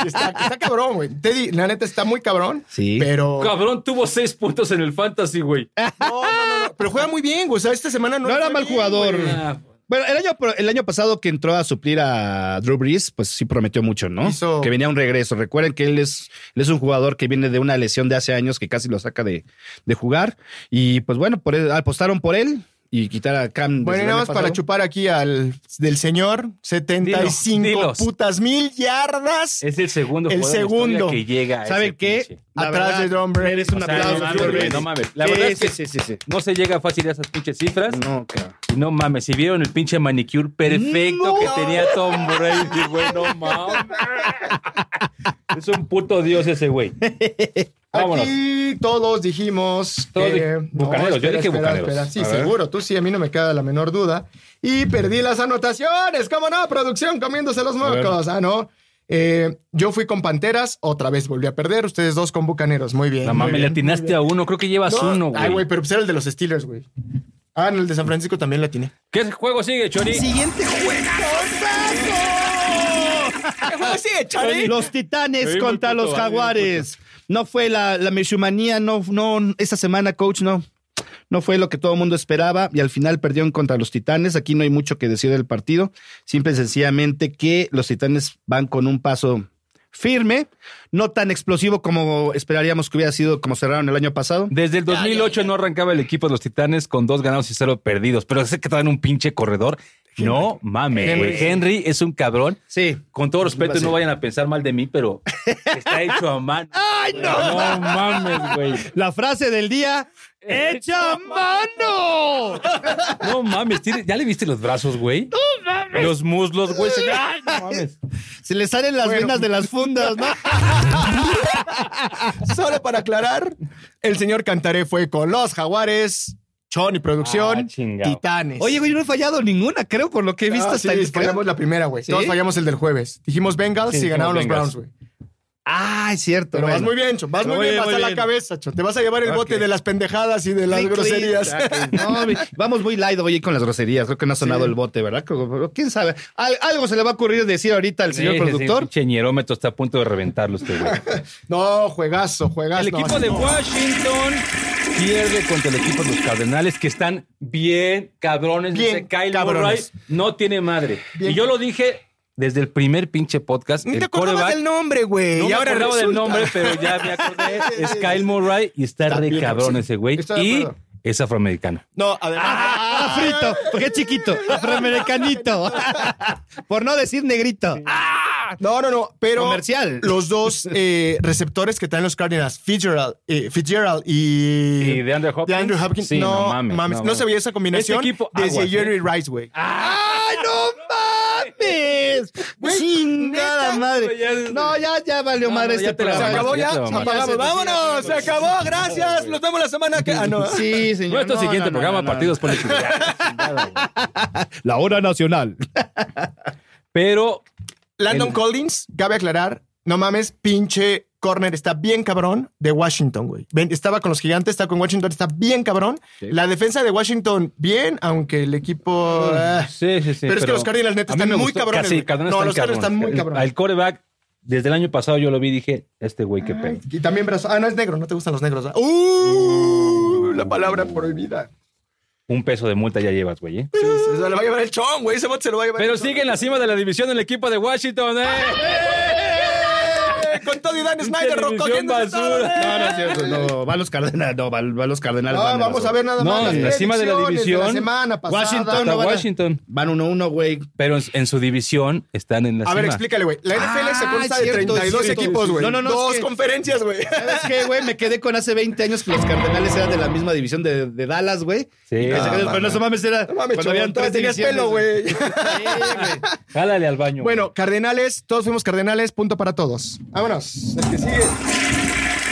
[SPEAKER 4] Está, está cabrón, güey. Teddy, la neta está muy cabrón.
[SPEAKER 2] Sí.
[SPEAKER 4] Pero.
[SPEAKER 1] Cabrón, tuvo 6 puntos en el fantasy, güey.
[SPEAKER 2] Eh,
[SPEAKER 4] No, no, no, no. Pero juega muy bien, güey. O sea, esta semana no.
[SPEAKER 2] No
[SPEAKER 4] le
[SPEAKER 2] era
[SPEAKER 4] fue
[SPEAKER 2] mal
[SPEAKER 4] bien,
[SPEAKER 2] jugador.
[SPEAKER 4] güey.
[SPEAKER 1] Ah,
[SPEAKER 2] Bueno, el año, el año pasado que entró a suplir a Drew Brees, pues sí prometió mucho, ¿no?
[SPEAKER 4] Hizo-
[SPEAKER 2] Que venía un regreso. Recuerden que él es, él es un jugador que viene de una lesión de hace años que casi lo saca de, de jugar. Y pues bueno, por él- apostaron por él y quitar a Cam.
[SPEAKER 4] Bueno, y
[SPEAKER 2] desde
[SPEAKER 4] nada
[SPEAKER 2] el
[SPEAKER 4] más
[SPEAKER 2] año
[SPEAKER 4] para
[SPEAKER 2] pasado.
[SPEAKER 4] chupar aquí al del señor, 75
[SPEAKER 1] Dilo, dilos.
[SPEAKER 4] putas mil yardas
[SPEAKER 1] es el segundo
[SPEAKER 4] El
[SPEAKER 1] jugador en la historia
[SPEAKER 4] segundo.
[SPEAKER 1] que llega. a
[SPEAKER 2] ¿Saben
[SPEAKER 1] ese
[SPEAKER 2] qué?
[SPEAKER 1] pinche.
[SPEAKER 2] La
[SPEAKER 4] atrás
[SPEAKER 2] verdad,
[SPEAKER 4] de Drew Brees.
[SPEAKER 2] Eres un
[SPEAKER 1] O sea,
[SPEAKER 2] aplauso,
[SPEAKER 1] no mames,
[SPEAKER 2] Drew
[SPEAKER 1] güey,
[SPEAKER 2] Brees.
[SPEAKER 1] no mames. La
[SPEAKER 2] Sí,
[SPEAKER 1] verdad es
[SPEAKER 2] sí,
[SPEAKER 1] que
[SPEAKER 2] sí, sí, sí.
[SPEAKER 1] No se llega fácil a esas pinches cifras.
[SPEAKER 2] No, cabrón.
[SPEAKER 1] Y no mames, si vieron el pinche manicure perfecto
[SPEAKER 2] No.
[SPEAKER 1] que tenía Tom Brady, güey,
[SPEAKER 2] *laughs*
[SPEAKER 1] no mames. Es un puto dios ese
[SPEAKER 2] *laughs*
[SPEAKER 1] güey. Vámonos.
[SPEAKER 4] Aquí todos dijimos
[SPEAKER 1] Todos
[SPEAKER 4] que-
[SPEAKER 1] di- Bucaneros, yo dije Bucaneros.
[SPEAKER 4] Sí,
[SPEAKER 1] A ver.
[SPEAKER 4] seguro, tú sí, a mí no me queda la menor duda. Y perdí las anotaciones, ¿cómo no? Producción comiéndose los mocos. Ah, no. Eh, yo fui con Panteras, otra vez volví a perder, ustedes dos con Bucaneros, muy bien.
[SPEAKER 1] No
[SPEAKER 4] muy
[SPEAKER 1] mames, le
[SPEAKER 4] bien.
[SPEAKER 1] atinaste a uno, creo que llevas
[SPEAKER 4] No,
[SPEAKER 1] uno,
[SPEAKER 4] Ay, güey,
[SPEAKER 1] güey.
[SPEAKER 4] pero pues era el de los Steelers, güey. Ah, en el de San Francisco también la tiene.
[SPEAKER 1] ¿Qué juego sigue, Chori?
[SPEAKER 4] Siguiente juego. sí, Charlie?
[SPEAKER 2] Los titanes
[SPEAKER 1] Sí, muy
[SPEAKER 2] contra
[SPEAKER 1] puto,
[SPEAKER 2] los
[SPEAKER 1] vale, muy
[SPEAKER 2] jaguares.
[SPEAKER 1] pues.
[SPEAKER 2] No fue la, la mechumanía, no, no, esta semana, coach, no. No fue lo que todo el mundo esperaba y al final perdieron contra los titanes. Aquí no hay mucho que decir del partido. Simple y sencillamente que los titanes van con un paso firme, no tan explosivo como esperaríamos que hubiera sido como cerraron el año pasado.
[SPEAKER 1] Desde el 2008 no arrancaba el equipo de los Titanes con dos ganados y cero perdidos, pero sé que traen un pinche corredor. No mames, güey. Henry es un cabrón.
[SPEAKER 2] Sí.
[SPEAKER 1] Con todo respeto, no vayan a pensar mal de mí, pero está hecho a mano. ¡Ay, *laughs* no! No mames, güey.
[SPEAKER 2] La frase del día, hecha a mano.
[SPEAKER 1] No mames, tiene- ¿ya le viste los brazos, güey? No mames. Los muslos, güey. se- ¡Ay, no mames!
[SPEAKER 2] Se le salen las venas de las fundas, ¿no?
[SPEAKER 4] Solo para aclarar, el señor Cantaré fue con los Jaguares, Chon y
[SPEAKER 1] Ah,
[SPEAKER 4] Producción,
[SPEAKER 1] chingado.
[SPEAKER 4] Titanes.
[SPEAKER 2] Oye, güey, yo no he fallado ninguna, creo, por lo que he visto
[SPEAKER 4] Ah,
[SPEAKER 2] hasta
[SPEAKER 4] sí,
[SPEAKER 2] el-
[SPEAKER 4] fallamos la primera, güey.
[SPEAKER 2] ¿Sí?
[SPEAKER 4] Todos fallamos el del jueves. Dijimos Bengals
[SPEAKER 1] Sí,
[SPEAKER 4] y ganaron los
[SPEAKER 1] dijimos
[SPEAKER 4] Browns, güey.
[SPEAKER 2] Ah, es cierto.
[SPEAKER 4] Pero vas
[SPEAKER 2] bueno.
[SPEAKER 4] muy bien, Chon. Vas muy
[SPEAKER 2] Muy
[SPEAKER 4] bien,
[SPEAKER 2] bien,
[SPEAKER 4] vas
[SPEAKER 2] muy
[SPEAKER 4] a la
[SPEAKER 2] bien.
[SPEAKER 4] cabeza, Chon. Te vas a llevar el bote de las pendejadas y de las
[SPEAKER 2] Clic, clic.
[SPEAKER 4] groserías.
[SPEAKER 2] No, mi- vamos muy light hoy con las groserías. Creo que no ha sonado el bote, ¿verdad? Creo- pero ¿Quién sabe? Al- algo se le va a ocurrir decir ahorita al señor
[SPEAKER 1] Sí, sí, sí,
[SPEAKER 2] productor.
[SPEAKER 1] pinche ñerómetro está a punto de reventarlo usted, güey.
[SPEAKER 4] *laughs* no, juegazo, juegazo.
[SPEAKER 1] El
[SPEAKER 4] No,
[SPEAKER 1] equipo
[SPEAKER 4] así
[SPEAKER 1] de
[SPEAKER 4] no.
[SPEAKER 1] Washington pierde contra el equipo de los Cardenales, que están bien cabrones.
[SPEAKER 4] Bien
[SPEAKER 1] Dice Kyle
[SPEAKER 4] cabrones.
[SPEAKER 1] Murray, no tiene madre.
[SPEAKER 4] Bien.
[SPEAKER 1] Y yo lo dije desde el primer pinche podcast.
[SPEAKER 4] Ni
[SPEAKER 1] el
[SPEAKER 4] te acordabas
[SPEAKER 1] quarterback-
[SPEAKER 4] del nombre, güey.
[SPEAKER 1] No
[SPEAKER 4] y
[SPEAKER 1] me
[SPEAKER 4] ahora
[SPEAKER 1] acordaba del
[SPEAKER 4] resulta.
[SPEAKER 1] nombre, pero ya me acordé.
[SPEAKER 4] *laughs* Sí, sí,
[SPEAKER 1] Es
[SPEAKER 4] sí.
[SPEAKER 1] Kyle Murray y está,
[SPEAKER 4] Está
[SPEAKER 1] re
[SPEAKER 4] bien,
[SPEAKER 1] cabrón
[SPEAKER 4] sí.
[SPEAKER 1] ese güey.
[SPEAKER 4] Estoy de
[SPEAKER 1] Y
[SPEAKER 4] acuerdo.
[SPEAKER 1] es afroamericano.
[SPEAKER 4] No, además.
[SPEAKER 2] Ah, frito, porque es chiquito, afroamericanito. *laughs* Por no decir negrito.
[SPEAKER 4] No, no, no, pero
[SPEAKER 2] Comercial.
[SPEAKER 4] los dos eh, receptores que traen los Cardinals, Fitzgerald, eh, Fitzgerald y,
[SPEAKER 1] Y DeAndre Hopkins.
[SPEAKER 4] DeAndre Hopkins,
[SPEAKER 1] Sí, no
[SPEAKER 4] no, mames,
[SPEAKER 1] mames,
[SPEAKER 4] no,
[SPEAKER 1] no
[SPEAKER 4] se veía esa combinación
[SPEAKER 1] Este equipo,
[SPEAKER 4] desde
[SPEAKER 1] aguas,
[SPEAKER 4] Jerry Rice, güey.
[SPEAKER 2] ¡Ay, no mames! ¡Chingada madre! No, ya, ya valió
[SPEAKER 1] No,
[SPEAKER 2] madre
[SPEAKER 1] no, ya
[SPEAKER 2] este
[SPEAKER 1] te la
[SPEAKER 4] se
[SPEAKER 1] ah,
[SPEAKER 2] programa.
[SPEAKER 4] acabó
[SPEAKER 1] ya
[SPEAKER 4] ya,
[SPEAKER 1] te la mamaste.
[SPEAKER 4] apagamos, vámonos, se acabó, gracias, nos vemos la semana que... Ah, no.
[SPEAKER 2] Sí, señor.
[SPEAKER 1] Nuestro
[SPEAKER 2] No,
[SPEAKER 1] siguiente
[SPEAKER 2] no, no,
[SPEAKER 1] programa,
[SPEAKER 2] no, no.
[SPEAKER 1] Partidos
[SPEAKER 4] *laughs*
[SPEAKER 1] Políticos.
[SPEAKER 2] La hora nacional.
[SPEAKER 1] Pero
[SPEAKER 4] Landon
[SPEAKER 1] El-
[SPEAKER 4] Collins, cabe aclarar, no mames, pinche corner, está bien cabrón de Washington, güey. Ven, Estaba con los gigantes, está con Washington, está bien cabrón. La defensa de Washington, bien, aunque el equipo... ah,
[SPEAKER 1] Sí, sí, sí.
[SPEAKER 4] Pero es que los Cardinals neta
[SPEAKER 1] a mí
[SPEAKER 4] están
[SPEAKER 1] me
[SPEAKER 4] muy
[SPEAKER 1] gustó-
[SPEAKER 4] cabrones,
[SPEAKER 1] casi,
[SPEAKER 4] güey.
[SPEAKER 1] cabrones
[SPEAKER 4] No,
[SPEAKER 1] están
[SPEAKER 4] los Cardinals están muy
[SPEAKER 1] El-
[SPEAKER 4] cabrones.
[SPEAKER 1] Al coreback, desde el año pasado yo lo vi y dije, este güey qué pedo.
[SPEAKER 4] Y también brazo. Ah, no es negro, no te gustan los negros. ¿verdad? ¡Uh! La palabra prohibida.
[SPEAKER 1] Un peso de multa ya llevas, güey. ¿eh?
[SPEAKER 4] Sí, sí, se lo va a llevar el chon, güey. Ese bot se lo va a llevar.
[SPEAKER 1] Pero
[SPEAKER 4] el chon.
[SPEAKER 1] sigue en la cima de la división el equipo de Washington, ¿eh?
[SPEAKER 4] ¡Eh! Con todo y Dan Ah, Snyder
[SPEAKER 1] televisión
[SPEAKER 4] recogiendo
[SPEAKER 1] basura.
[SPEAKER 2] No, no es cierto.
[SPEAKER 4] *laughs*
[SPEAKER 2] No, va los cardenales. No, va, va los cardenales.
[SPEAKER 4] No,
[SPEAKER 2] van
[SPEAKER 4] vamos
[SPEAKER 2] los-
[SPEAKER 4] a ver nada más.
[SPEAKER 1] No,
[SPEAKER 4] las
[SPEAKER 1] en la cima de la
[SPEAKER 4] predicciones de la
[SPEAKER 1] división,
[SPEAKER 4] semana pasada.
[SPEAKER 2] Washington
[SPEAKER 1] Hasta
[SPEAKER 2] no van a-
[SPEAKER 1] Washington.
[SPEAKER 2] Van 1-1, güey.
[SPEAKER 1] Pero en, en su división están en la
[SPEAKER 4] A
[SPEAKER 1] cima.
[SPEAKER 4] ver, explícale, güey. La NFL se
[SPEAKER 2] Ah,
[SPEAKER 4] consta
[SPEAKER 2] es
[SPEAKER 4] de
[SPEAKER 2] cierto,
[SPEAKER 4] 32
[SPEAKER 2] es cierto.
[SPEAKER 4] equipos, güey.
[SPEAKER 2] No, no, no,
[SPEAKER 4] Dos
[SPEAKER 2] es que-
[SPEAKER 4] conferencias, güey. *laughs*
[SPEAKER 2] ¿Sabes qué, güey? Me quedé con hace 20 años que los cardenales eran de la misma división de, de Dallas, güey.
[SPEAKER 1] Sí.
[SPEAKER 2] Y pensé que-
[SPEAKER 1] No,
[SPEAKER 2] pero no,
[SPEAKER 4] Ah, mames.
[SPEAKER 2] no mames, era
[SPEAKER 4] No mames,
[SPEAKER 2] cuando
[SPEAKER 4] chon,
[SPEAKER 2] habían
[SPEAKER 4] todavía
[SPEAKER 2] tres
[SPEAKER 4] tenías pelo,
[SPEAKER 2] divisiones,
[SPEAKER 4] güey.
[SPEAKER 2] Sí, güey.
[SPEAKER 1] Jálale al baño.
[SPEAKER 4] Bueno, Cardenales, todos fuimos Cardenales, punto para todos. Vámonos. El que sigue.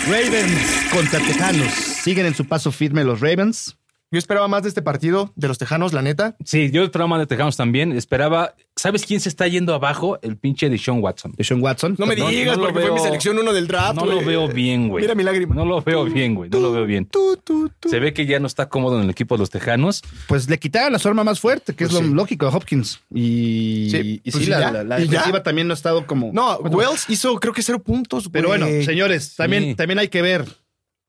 [SPEAKER 2] Ravens contra Tejanos. Siguen en su paso firme los Ravens.
[SPEAKER 4] Yo esperaba más de este partido, de los Tejanos, la neta.
[SPEAKER 1] Sí, yo esperaba más de Tejanos también. Esperaba. ¿Sabes quién se está yendo abajo? El pinche de Sean Watson.
[SPEAKER 2] De Sean Watson.
[SPEAKER 4] No me
[SPEAKER 1] No,
[SPEAKER 4] digas,
[SPEAKER 1] no lo
[SPEAKER 4] porque fue
[SPEAKER 1] veo.
[SPEAKER 4] mi selección uno del draft.
[SPEAKER 1] No lo
[SPEAKER 4] güey.
[SPEAKER 1] veo bien, güey.
[SPEAKER 4] Ah, pues, Mira mi lágrima.
[SPEAKER 1] No lo veo bien, güey. No lo veo bien.
[SPEAKER 4] Tú, tú, tú.
[SPEAKER 1] Se ve que ya no está cómodo en el equipo de los Tejanos.
[SPEAKER 2] Pues le quitaron a su arma más fuerte, que
[SPEAKER 4] Pues
[SPEAKER 2] es lo
[SPEAKER 4] sí.
[SPEAKER 2] lógico a Hopkins. Y
[SPEAKER 4] Sí,
[SPEAKER 2] y sí,
[SPEAKER 4] pues sí, ya.
[SPEAKER 2] la, la- la
[SPEAKER 4] Y ya.
[SPEAKER 2] defensiva también no ha estado como.
[SPEAKER 4] No, Wells hizo creo que cero puntos, güey.
[SPEAKER 2] Pero bueno, señores, también,
[SPEAKER 1] Sí.
[SPEAKER 2] también hay que ver.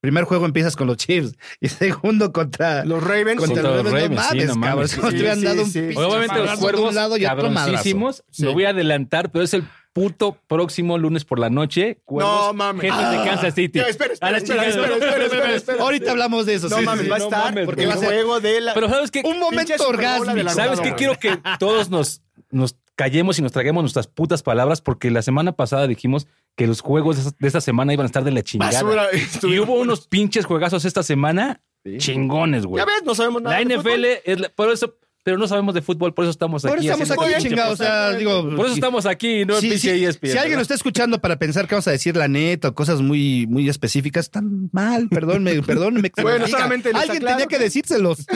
[SPEAKER 2] Primer juego empiezas con los Chiefs y *laughs* segundo contra
[SPEAKER 4] Los Ravens.
[SPEAKER 2] contra
[SPEAKER 1] Contra
[SPEAKER 2] los
[SPEAKER 1] los
[SPEAKER 2] Ravens. No
[SPEAKER 1] Ravens, sí,
[SPEAKER 2] mames,
[SPEAKER 1] no mames.
[SPEAKER 2] cabrón.
[SPEAKER 1] Sí,
[SPEAKER 2] Como si hubieran
[SPEAKER 4] sí,
[SPEAKER 2] dado
[SPEAKER 4] sí.
[SPEAKER 2] un pinche
[SPEAKER 1] Pues Obviamente los
[SPEAKER 2] madrazo de
[SPEAKER 1] cuervos
[SPEAKER 2] un lado y otro madrazo.
[SPEAKER 1] cabroncísimos.
[SPEAKER 4] Sí.
[SPEAKER 1] Lo voy a adelantar, pero es el puto próximo lunes por la noche. Cuervos,
[SPEAKER 4] No, mames.
[SPEAKER 1] Jefes de Kansas City.
[SPEAKER 4] Ya, espera, espera,
[SPEAKER 1] A la
[SPEAKER 4] espera,
[SPEAKER 1] chingada.
[SPEAKER 4] espera, espera, espera, espera.
[SPEAKER 2] *laughs* Ahorita hablamos de eso.
[SPEAKER 4] No
[SPEAKER 2] sí,
[SPEAKER 4] mames,
[SPEAKER 2] sí,
[SPEAKER 4] va a
[SPEAKER 2] sí.
[SPEAKER 1] no
[SPEAKER 4] estar
[SPEAKER 1] mames,
[SPEAKER 4] porque
[SPEAKER 2] güey.
[SPEAKER 4] el juego de la...
[SPEAKER 1] Pero ¿sabes qué?
[SPEAKER 2] Un momento
[SPEAKER 4] Pinche Super Bowl
[SPEAKER 2] orgásmico.
[SPEAKER 4] adelantado,
[SPEAKER 1] ¿Sabes qué? Quiero
[SPEAKER 4] güey.
[SPEAKER 1] que todos nos, nos callemos y nos traguemos nuestras putas palabras porque la semana pasada dijimos que los juegos de esta, de esta semana iban a estar de la chingada.
[SPEAKER 4] Basura.
[SPEAKER 1] Y hubo unos pinches juegazos esta semana chingones, güey.
[SPEAKER 4] Ya ves, no sabemos nada.
[SPEAKER 1] La
[SPEAKER 4] de
[SPEAKER 1] NFL
[SPEAKER 4] fútbol.
[SPEAKER 1] es la- por eso, pero no sabemos de fútbol, por eso estamos aquí.
[SPEAKER 2] Ahora estamos
[SPEAKER 1] haciendo
[SPEAKER 2] aquí
[SPEAKER 1] este pinche
[SPEAKER 2] chingados. O sea,
[SPEAKER 4] podcast.
[SPEAKER 2] digo.
[SPEAKER 1] podcast. Por eso
[SPEAKER 2] sí.
[SPEAKER 1] estamos aquí, no en
[SPEAKER 2] Sí,
[SPEAKER 1] pinche
[SPEAKER 4] E
[SPEAKER 2] sí.
[SPEAKER 1] ESPN,
[SPEAKER 2] si alguien lo
[SPEAKER 1] ¿verdad?
[SPEAKER 2] está escuchando para pensar que vamos a decir la neta o cosas muy, muy específicas, tan mal, perdónme, perdónme. que se
[SPEAKER 4] *laughs* Bueno,
[SPEAKER 2] lo diga.
[SPEAKER 4] solamente les
[SPEAKER 2] alguien
[SPEAKER 4] aclaro
[SPEAKER 2] tenía que
[SPEAKER 4] que-
[SPEAKER 2] decírselos.